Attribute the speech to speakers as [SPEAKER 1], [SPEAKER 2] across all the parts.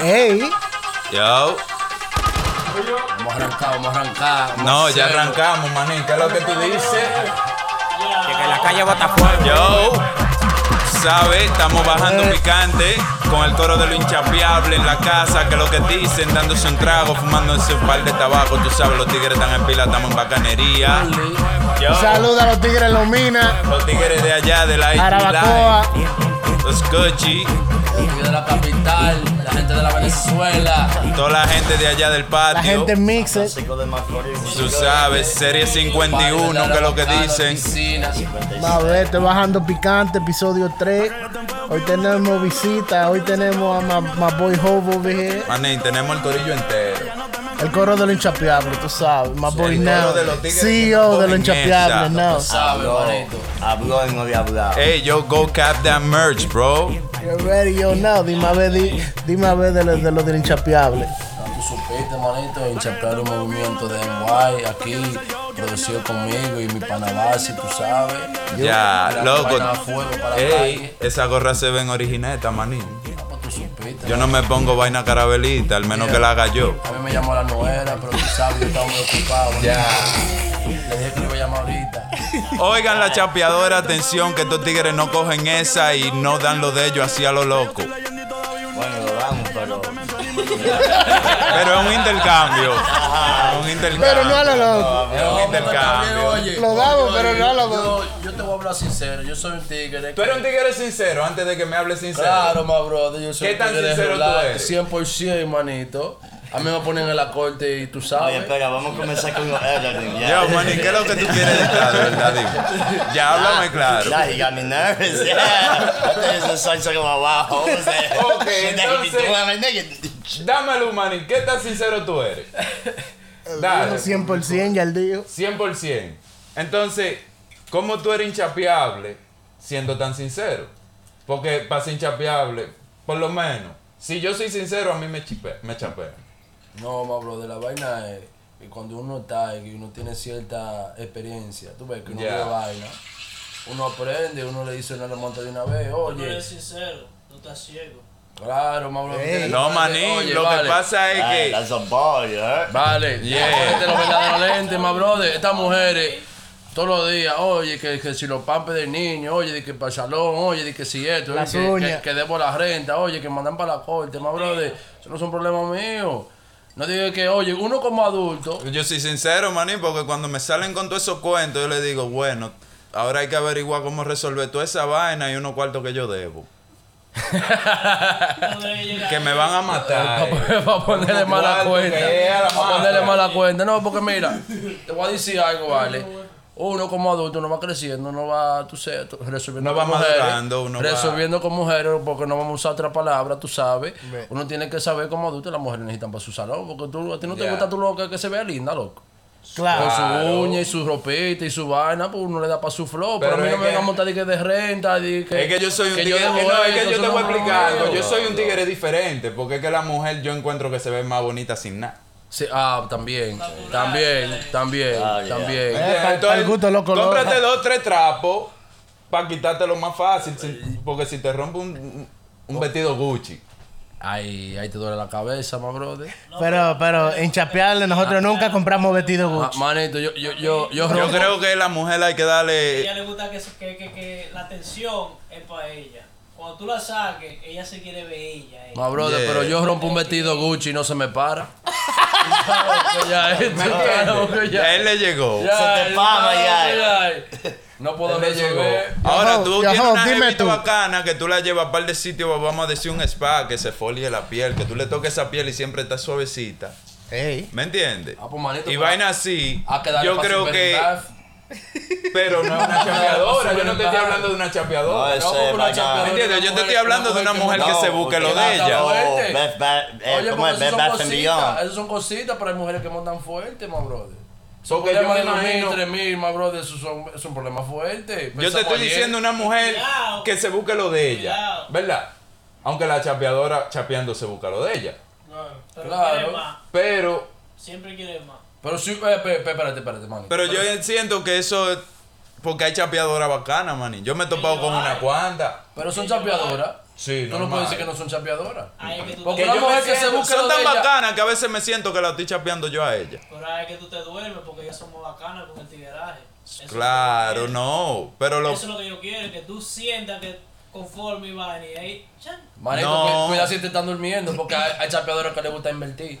[SPEAKER 1] Hey.
[SPEAKER 2] Yo.
[SPEAKER 3] Vamos a arrancar, vamos a arrancar. vamos
[SPEAKER 2] No,
[SPEAKER 3] a
[SPEAKER 2] ya
[SPEAKER 3] hacerlo.
[SPEAKER 2] arrancamos, manín. ¿Qué es lo que tú dices?
[SPEAKER 4] Que en la calle bota fuego.
[SPEAKER 2] Yo. ¿Sabe? Estamos bajando
[SPEAKER 4] Eh.
[SPEAKER 2] picante con el coro de lo hinchapeable en la casa, que es lo que dicen, dándose un trago, fumándose un par de tabaco. Tú sabes, los tigres están en pila, estamos en bacanería. Yo,
[SPEAKER 1] Saluda a los tigres en los minas.
[SPEAKER 2] los tigres de allá, de la isla,
[SPEAKER 1] Arabacoa.
[SPEAKER 2] los cochi,
[SPEAKER 3] Aquí de la capital, la gente de la Venezuela.
[SPEAKER 2] toda la gente de allá del
[SPEAKER 1] La
[SPEAKER 2] patio.
[SPEAKER 1] gente en eh. mixer.
[SPEAKER 2] Tú sabes, serie 51, que es lo que dicen.
[SPEAKER 1] Vamos a ver, estoy bajando picante, episodio 3. Hoy tenemos visita, hoy tenemos a my, my boy Hobo over here.
[SPEAKER 2] Manín, tenemos el corillo entero.
[SPEAKER 1] El coro de lo inchapeable, tú sabes. My boy
[SPEAKER 2] el coro
[SPEAKER 1] now.
[SPEAKER 2] de los tigres que
[SPEAKER 1] CEO de
[SPEAKER 2] ponen
[SPEAKER 1] lo inchapeable
[SPEAKER 2] esa.
[SPEAKER 1] now.
[SPEAKER 3] ¿Sabes, manito?
[SPEAKER 5] Habló y no había hablado.
[SPEAKER 2] Hey, yo, go cap that merch, bro.
[SPEAKER 1] You're ready, yo now. Dime a ver, di- dime a ver de lo de, lo del inchapeable.
[SPEAKER 3] Ya Tú supiste, manito, en Chapear un movimiento de NY aquí, producido conmigo y mi panabasi, tú sabes.
[SPEAKER 2] Ya,
[SPEAKER 3] Mira,
[SPEAKER 2] loco.
[SPEAKER 3] vaina a fuego para la
[SPEAKER 2] Ey,
[SPEAKER 3] calle.
[SPEAKER 2] esa gorra se ven origineta, manín.
[SPEAKER 3] Pues Tú supiste.
[SPEAKER 2] Yo no me pongo vaina carabelita, al menos que la haga yo.
[SPEAKER 3] A mí me llamó la nuera, pero tú sabes, yo estaba muy ocupado.
[SPEAKER 2] Ya.
[SPEAKER 3] Le dije que le iba a llamar ahorita.
[SPEAKER 2] Oigan la chapeadora, atención, que estos tigres no cogen esa y no dan lo de ellos así a lo loco.
[SPEAKER 5] Bueno, lo damos, pero.
[SPEAKER 2] Pero es un intercambio. Es un intercambio.
[SPEAKER 1] Pero no a lo loco.
[SPEAKER 2] Es un intercambio.
[SPEAKER 1] Lo damos, pero no lo damos.
[SPEAKER 3] Yo, yo te voy a hablar sincero, yo soy un tigre.
[SPEAKER 2] Tú eres un tigre sincero antes de que me hables sincero.
[SPEAKER 3] Claro, ma brother, yo soy
[SPEAKER 2] ¿Qué
[SPEAKER 3] un
[SPEAKER 2] tan
[SPEAKER 3] tigre
[SPEAKER 2] sincero tú
[SPEAKER 3] regular,
[SPEAKER 2] eres?
[SPEAKER 3] 100%, manito. A mí me ponen en la corte y tú
[SPEAKER 5] Oye,
[SPEAKER 3] sabes.
[SPEAKER 5] espera, vamos a comenzar con los Elden. Ya,
[SPEAKER 2] Yo, manín, ¿qué es lo que tú quieres estar, de verdad? Dime. Ya, háblame claro.
[SPEAKER 5] Nah, he got me nervous. Yeah. There's a sign talking about wow. What was that?
[SPEAKER 2] Okay,
[SPEAKER 5] Shit that he be
[SPEAKER 2] entonces-
[SPEAKER 5] doing. I'm like, nigga.
[SPEAKER 2] Dámelo, manín, ¿qué tan sincero tú eres? Dale.
[SPEAKER 1] 100% ya el día.
[SPEAKER 2] 100%. Entonces, ¿cómo tú eres hinchapeable siendo tan sincero? Porque para ser hinchapeable, por lo menos, si yo soy sincero, a mí me, chipe, me chapean.
[SPEAKER 3] No, ma brother, la vaina es que cuando uno está y que uno tiene cierta experiencia, tú ves que uno
[SPEAKER 2] Ya.
[SPEAKER 3] ve vaina, uno aprende, uno le dice, no le monta de una vez,
[SPEAKER 4] No
[SPEAKER 3] oye,
[SPEAKER 4] eres sincero, tú estás ciego.
[SPEAKER 3] claro, ma brother.
[SPEAKER 1] Ey.
[SPEAKER 2] No,
[SPEAKER 3] Oye,
[SPEAKER 2] manín, lo
[SPEAKER 3] vale.
[SPEAKER 2] que pasa es
[SPEAKER 5] Hey,
[SPEAKER 2] que...
[SPEAKER 5] That's a ¿eh? ball, you heard?
[SPEAKER 3] Vale,
[SPEAKER 2] Yeah.
[SPEAKER 3] yeah. los verdaderos lentes, ma brother. Estas mujeres, todos los días, oye, que, que si los pampes del niño, oye, de que para el salón, oye, de que si esto,
[SPEAKER 1] Las
[SPEAKER 3] oye, que,
[SPEAKER 1] uñas.
[SPEAKER 3] que, que debo la renta, oye, que mandan para la corte, ma brother. Eso no son problemas míos. No digo que, oye, uno como adulto,
[SPEAKER 2] Yo soy sincero, manín, porque cuando me salen con todos esos cuentos, yo les digo, bueno, ahora hay que averiguar cómo resolver toda esa vaina y unos cuartos que yo debo.
[SPEAKER 4] No debes llegar
[SPEAKER 2] Que me van a matar.
[SPEAKER 3] para ponerle
[SPEAKER 2] Como
[SPEAKER 3] mala
[SPEAKER 2] cuarto,
[SPEAKER 3] cuenta.
[SPEAKER 2] que es a la
[SPEAKER 3] Para ponerle
[SPEAKER 2] madre.
[SPEAKER 3] mala cuenta. No, porque mira, te voy a decir algo, vale. Uno como adulto no va creciendo, no va, tú sabes, tú- resolviendo
[SPEAKER 2] No va
[SPEAKER 3] con mujeres,
[SPEAKER 2] madurando, uno va-
[SPEAKER 3] resolviendo con mujeres, porque no vamos a usar otra palabra, tú sabes. Uno tiene que saber como adulto las mujeres necesitan para su salón, porque tú, a ti no te
[SPEAKER 2] Ya.
[SPEAKER 3] gusta tu loca que se vea linda, loco. Con
[SPEAKER 1] Claro.
[SPEAKER 3] su uña y su ropita y su vaina, pues uno le da para su flow. Pero,
[SPEAKER 2] Pero
[SPEAKER 3] a mí no
[SPEAKER 2] es
[SPEAKER 3] me vengan
[SPEAKER 2] que-
[SPEAKER 3] a montar de que de renta, de que.
[SPEAKER 2] Es que yo soy un tigre.
[SPEAKER 3] debo
[SPEAKER 2] eh, no, es que
[SPEAKER 3] esto,
[SPEAKER 2] yo
[SPEAKER 3] eso
[SPEAKER 2] te
[SPEAKER 3] no
[SPEAKER 2] voy a
[SPEAKER 3] es
[SPEAKER 2] explicar algo.
[SPEAKER 3] mío.
[SPEAKER 2] Yo soy un tigre diferente. Porque es que la mujer yo encuentro que se ve más bonita sin nada.
[SPEAKER 3] Sí, ah, también, también, también,
[SPEAKER 5] Ah, ya.
[SPEAKER 3] también.
[SPEAKER 2] Eh.
[SPEAKER 1] pa'l- pa'l gusto de los colores.
[SPEAKER 2] cómprate dos, tres trapos para quitártelo más fácil. si- porque si te rompe un- un, un vestido Gucci.
[SPEAKER 3] Ay, ahí te duele la cabeza, ma brother.
[SPEAKER 1] Pero, pero inchapeable, nosotros nunca compramos vestido
[SPEAKER 2] Ah.
[SPEAKER 3] Ma-
[SPEAKER 1] Gucci.
[SPEAKER 3] manito, yo, yo, yo, yo,
[SPEAKER 2] Yo
[SPEAKER 3] rompo-
[SPEAKER 2] creo que la mujer hay que
[SPEAKER 4] A ella
[SPEAKER 2] darle.
[SPEAKER 4] le gusta que, se- que, que, que la atención es para ella. Cuando tú la saques, ella se quiere ver ella. ella.
[SPEAKER 3] Ma brother,
[SPEAKER 2] Yeah.
[SPEAKER 3] pero yo rompo un vestido Gucci y no se me para. Porque ya es- porque
[SPEAKER 2] Ya
[SPEAKER 3] ya-
[SPEAKER 2] él le llegó.
[SPEAKER 3] ya
[SPEAKER 5] Se te
[SPEAKER 3] es-
[SPEAKER 5] para, ya
[SPEAKER 3] ya es. No puedo
[SPEAKER 2] Él le
[SPEAKER 3] resolver.
[SPEAKER 2] llegó. Ahora
[SPEAKER 1] Yo,
[SPEAKER 2] tú
[SPEAKER 1] yo,
[SPEAKER 2] tienes una
[SPEAKER 1] dime
[SPEAKER 2] jevita
[SPEAKER 1] tú.
[SPEAKER 2] bacana que tú la llevas a par de sitios, vamos a decir un spa, que se folie la piel, que tú le toques esa piel y siempre está suavecita.
[SPEAKER 1] Ey.
[SPEAKER 2] ¿Me entiendes?
[SPEAKER 3] Ah, pues, manito,
[SPEAKER 2] y
[SPEAKER 3] pero-
[SPEAKER 2] vaina así.
[SPEAKER 3] A quedar
[SPEAKER 2] Yo creo que. Pero no es una chapeadora. Yo no te estoy hablando de una
[SPEAKER 5] No,
[SPEAKER 2] chapeadora.
[SPEAKER 5] es-
[SPEAKER 3] No,
[SPEAKER 5] Ese,
[SPEAKER 3] una
[SPEAKER 5] vaya.
[SPEAKER 3] chapeadora,
[SPEAKER 2] Entiendo, yo te estoy
[SPEAKER 3] mujer-
[SPEAKER 2] hablando de una mujer que
[SPEAKER 3] no-
[SPEAKER 2] se busque lo de
[SPEAKER 3] porque-
[SPEAKER 2] ella.
[SPEAKER 5] No,
[SPEAKER 3] Fuerte.
[SPEAKER 5] Beth Bat, eh,
[SPEAKER 3] Oye,
[SPEAKER 5] ¿cómo
[SPEAKER 3] porque
[SPEAKER 5] es?
[SPEAKER 3] esas
[SPEAKER 5] Beth
[SPEAKER 3] son
[SPEAKER 5] Bat and
[SPEAKER 3] cositas,
[SPEAKER 5] Beyond.
[SPEAKER 3] esas son cositas para mujeres que montan fuerte, ma brother. Son
[SPEAKER 2] Porque yo
[SPEAKER 3] problemas
[SPEAKER 2] me
[SPEAKER 3] de dos mil,
[SPEAKER 2] imagino-
[SPEAKER 3] tres mil, ma brother, eso son, es un problema fuerte.
[SPEAKER 2] Yo te
[SPEAKER 3] Pensamos
[SPEAKER 2] estoy
[SPEAKER 3] ayer.
[SPEAKER 2] diciendo una mujer
[SPEAKER 4] Cuidado.
[SPEAKER 2] que se busque lo de ella.
[SPEAKER 4] Cuidado.
[SPEAKER 2] ¿Verdad? Aunque la chapeadora chapeando se busca lo de ella.
[SPEAKER 4] No, pero
[SPEAKER 3] Claro.
[SPEAKER 4] quiere más.
[SPEAKER 2] Pero,
[SPEAKER 4] Siempre quiere más.
[SPEAKER 3] Pero sí, eh, pe- pe- espérate, espérate, man.
[SPEAKER 2] pero yo siento que eso Porque hay chapeadoras bacanas, maní. Yo me he topado con una cuanta.
[SPEAKER 3] Pero son chapeadoras.
[SPEAKER 2] Sí,
[SPEAKER 3] Tú no
[SPEAKER 2] normal.
[SPEAKER 3] puedes decir que no son chapeadoras.
[SPEAKER 4] Ahí es que tú
[SPEAKER 3] Porque
[SPEAKER 4] te
[SPEAKER 3] una mujer
[SPEAKER 4] duermes.
[SPEAKER 3] que se busca
[SPEAKER 2] Son
[SPEAKER 3] lo de
[SPEAKER 2] tan
[SPEAKER 3] ella-
[SPEAKER 2] bacanas que a veces me siento que la estoy chapeando yo a ella.
[SPEAKER 4] Pero ahí es que tú te duermes porque ya somos bacanas con el tigueraje. Eso es lo que yo
[SPEAKER 2] Claro,
[SPEAKER 4] quiero.
[SPEAKER 2] no. Pero lo.
[SPEAKER 4] Eso es lo que yo quiero, que tú sientas que conforme van y ahí, chan,
[SPEAKER 3] Manito,
[SPEAKER 2] No.
[SPEAKER 3] cu- cuidado si te están durmiendo, porque hay, hay chapeadoras que les gusta invertir.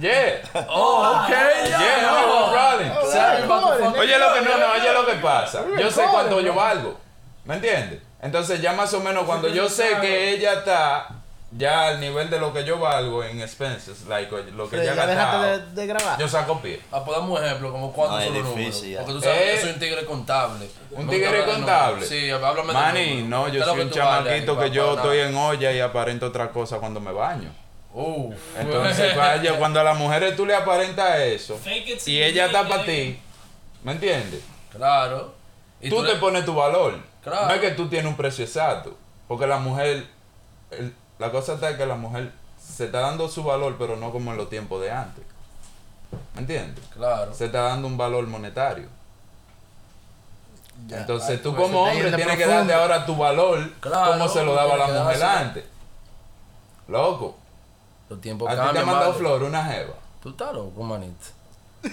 [SPEAKER 2] Yeah.
[SPEAKER 3] Oh, okay, yeah.
[SPEAKER 2] Yeah, oh, no, we're rolling.
[SPEAKER 3] Sorry, motherfucker.
[SPEAKER 2] Oye lo que no, no, oye lo que pasa. Yo sé cuánto yo valgo. ¿Me entiendes? Entonces ya más o menos cuando yo sé que ella está ya al nivel de lo que yo valgo en expenses, like lo que Pues ya
[SPEAKER 1] Ya déjate de,
[SPEAKER 2] gastado,
[SPEAKER 1] de grabar.
[SPEAKER 2] yo saco pie.
[SPEAKER 3] Ah, pues dame un ejemplo, como cuántos
[SPEAKER 5] No, es
[SPEAKER 3] son los números.
[SPEAKER 5] difícil, ya.
[SPEAKER 3] Porque tú sabes que
[SPEAKER 2] Eh,
[SPEAKER 3] yo soy un tigre contable.
[SPEAKER 2] ¿Un
[SPEAKER 3] Me
[SPEAKER 2] tigre
[SPEAKER 3] gusta hablar de
[SPEAKER 2] contable?
[SPEAKER 3] números. Sí, háblame de
[SPEAKER 2] Manny,
[SPEAKER 3] números.
[SPEAKER 2] no,
[SPEAKER 3] ¿Qué
[SPEAKER 2] yo
[SPEAKER 3] es lo
[SPEAKER 2] soy un
[SPEAKER 3] tú vales ahí,
[SPEAKER 2] chamaquito que
[SPEAKER 3] papá?
[SPEAKER 2] yo
[SPEAKER 3] Nada.
[SPEAKER 2] estoy en olla y aparento otra cosa cuando me baño.
[SPEAKER 3] Uf.
[SPEAKER 2] Entonces, vaya, cuando a las mujeres tú le aparentas eso
[SPEAKER 4] Fake it till
[SPEAKER 2] y
[SPEAKER 4] you
[SPEAKER 2] ella
[SPEAKER 4] make
[SPEAKER 2] está
[SPEAKER 4] it.
[SPEAKER 2] para ti, ¿me entiendes?
[SPEAKER 3] Claro. Y
[SPEAKER 2] Tú
[SPEAKER 3] le-
[SPEAKER 2] te pones tu valor.
[SPEAKER 3] Claro.
[SPEAKER 2] No es que tú tienes un precio exacto. Porque la mujer, el- la cosa está que la mujer se está dando su valor, pero no como en los tiempos de antes. ¿Me entiendes?
[SPEAKER 3] Claro.
[SPEAKER 2] Se está dando un valor monetario. Entonces tú
[SPEAKER 3] pues,
[SPEAKER 2] como
[SPEAKER 1] está
[SPEAKER 2] hombre
[SPEAKER 1] yendo
[SPEAKER 2] tienes que
[SPEAKER 1] profundo.
[SPEAKER 2] darte ahora tu valor
[SPEAKER 3] Claro,
[SPEAKER 2] como se lo daba la
[SPEAKER 3] tiene que
[SPEAKER 2] mujer
[SPEAKER 3] dárselo.
[SPEAKER 2] antes. Loco,
[SPEAKER 3] Los tiempos
[SPEAKER 2] a ti te ha
[SPEAKER 3] cambian.
[SPEAKER 2] mandado
[SPEAKER 3] Pues vale.
[SPEAKER 2] flor una jeva.
[SPEAKER 3] Tú estás loco, manito.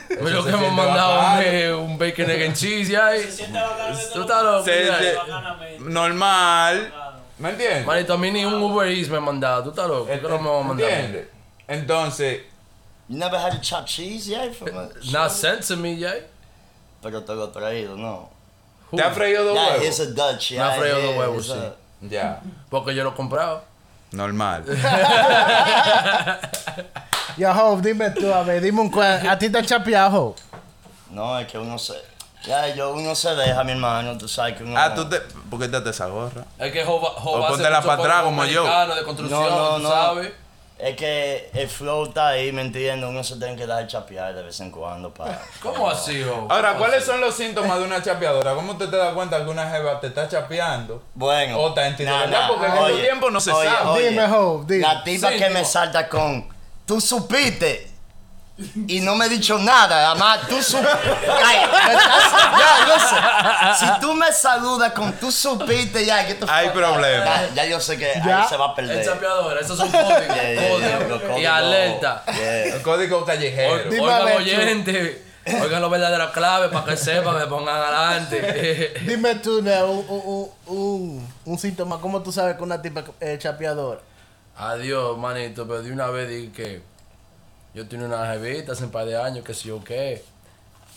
[SPEAKER 2] Eso
[SPEAKER 3] Lo
[SPEAKER 2] se
[SPEAKER 3] que hemos
[SPEAKER 2] siente
[SPEAKER 3] mandado
[SPEAKER 2] bacano.
[SPEAKER 3] es un bacon egg and cheese ya. ahí.
[SPEAKER 4] Se siente bacanamente,
[SPEAKER 3] Tú estás loco.
[SPEAKER 2] Se-
[SPEAKER 3] ya.
[SPEAKER 2] se-
[SPEAKER 4] bacanamente.
[SPEAKER 2] normal.
[SPEAKER 4] Claro.
[SPEAKER 2] ¿Me entiendes?
[SPEAKER 3] Manito, a mí ni un Uber Eats me han mandado. Tú estás loco. ¿Qué
[SPEAKER 2] Eh,
[SPEAKER 3] no me van a mandar?
[SPEAKER 2] ¿Entiendes? Entonces,
[SPEAKER 5] You never had a chopped cheese yet from a...
[SPEAKER 3] Not sent to me, ya. eh.
[SPEAKER 5] Pero te lo traído, no.
[SPEAKER 2] ¿te has freído dos
[SPEAKER 5] Yeah,
[SPEAKER 2] huevos?
[SPEAKER 5] it's a Dutch, eh, yeah.
[SPEAKER 3] ha freído dos
[SPEAKER 5] yeah,
[SPEAKER 3] huevos,
[SPEAKER 5] it's a-
[SPEAKER 2] Ya,
[SPEAKER 3] Porque yo lo he comprado.
[SPEAKER 2] normal.
[SPEAKER 1] Yo, Job, dime tú, a ver, dime un cuento. A ti te han chapeado, Job.
[SPEAKER 5] No, es que uno se... Ya, yo uno se deja, mi hermano, tú sabes que uno...
[SPEAKER 2] Ah, tú te. ¿Por qué te haces esa gorra?
[SPEAKER 3] Es que Jova, Jova
[SPEAKER 2] O
[SPEAKER 3] hace
[SPEAKER 2] póntela
[SPEAKER 3] mucho
[SPEAKER 2] para atrás
[SPEAKER 3] código
[SPEAKER 2] como yo.
[SPEAKER 3] americano de construcción,
[SPEAKER 5] No, no,
[SPEAKER 3] tú
[SPEAKER 5] no.
[SPEAKER 3] sabes.
[SPEAKER 5] Es que el flow está ahí, ¿me entiendes? Uno se tiene que dar chapear de vez en cuando para...
[SPEAKER 3] ¿Cómo así, Jova?
[SPEAKER 5] Ah,
[SPEAKER 2] Ahora, ¿cuáles son los síntomas de una chapeadora? ¿Cómo usted te da cuenta que una jeva te está chapeando?
[SPEAKER 5] Bueno.
[SPEAKER 2] O Oh, está en ti de
[SPEAKER 5] Nah,
[SPEAKER 2] verdad,
[SPEAKER 5] nah.
[SPEAKER 2] porque en estos tiempos no se sabe.
[SPEAKER 1] Dime, Job, dime.
[SPEAKER 5] La tipa
[SPEAKER 3] Sí,
[SPEAKER 5] que
[SPEAKER 3] dime.
[SPEAKER 5] me salta con, tú supiste. Y no me he dicho nada, además tú supiste. Si tú me saludas con tú supiste, ya que tú.
[SPEAKER 2] Hay problema.
[SPEAKER 5] Ya, ya yo sé que
[SPEAKER 1] Ya.
[SPEAKER 5] ahí se va a
[SPEAKER 3] El
[SPEAKER 5] perder.
[SPEAKER 3] chapeador, esos son códigos.
[SPEAKER 5] Yeah, yeah, yeah, los
[SPEAKER 3] códigos. Y
[SPEAKER 5] códigos.
[SPEAKER 3] alerta.
[SPEAKER 5] Yeah.
[SPEAKER 2] El código callejero.
[SPEAKER 1] Dime a
[SPEAKER 3] Oigan
[SPEAKER 1] ver,
[SPEAKER 3] oyentes, oigan los verdaderos claves para que sepan, que pongan adelante.
[SPEAKER 1] Dime tú, Leo, un, un, un, un, un síntoma, ¿cómo tú sabes que una tipa es chapeadora?
[SPEAKER 3] Adiós, manito, pero de una vez dije que yo tenía una jevita hace un par de años, que si yo qué.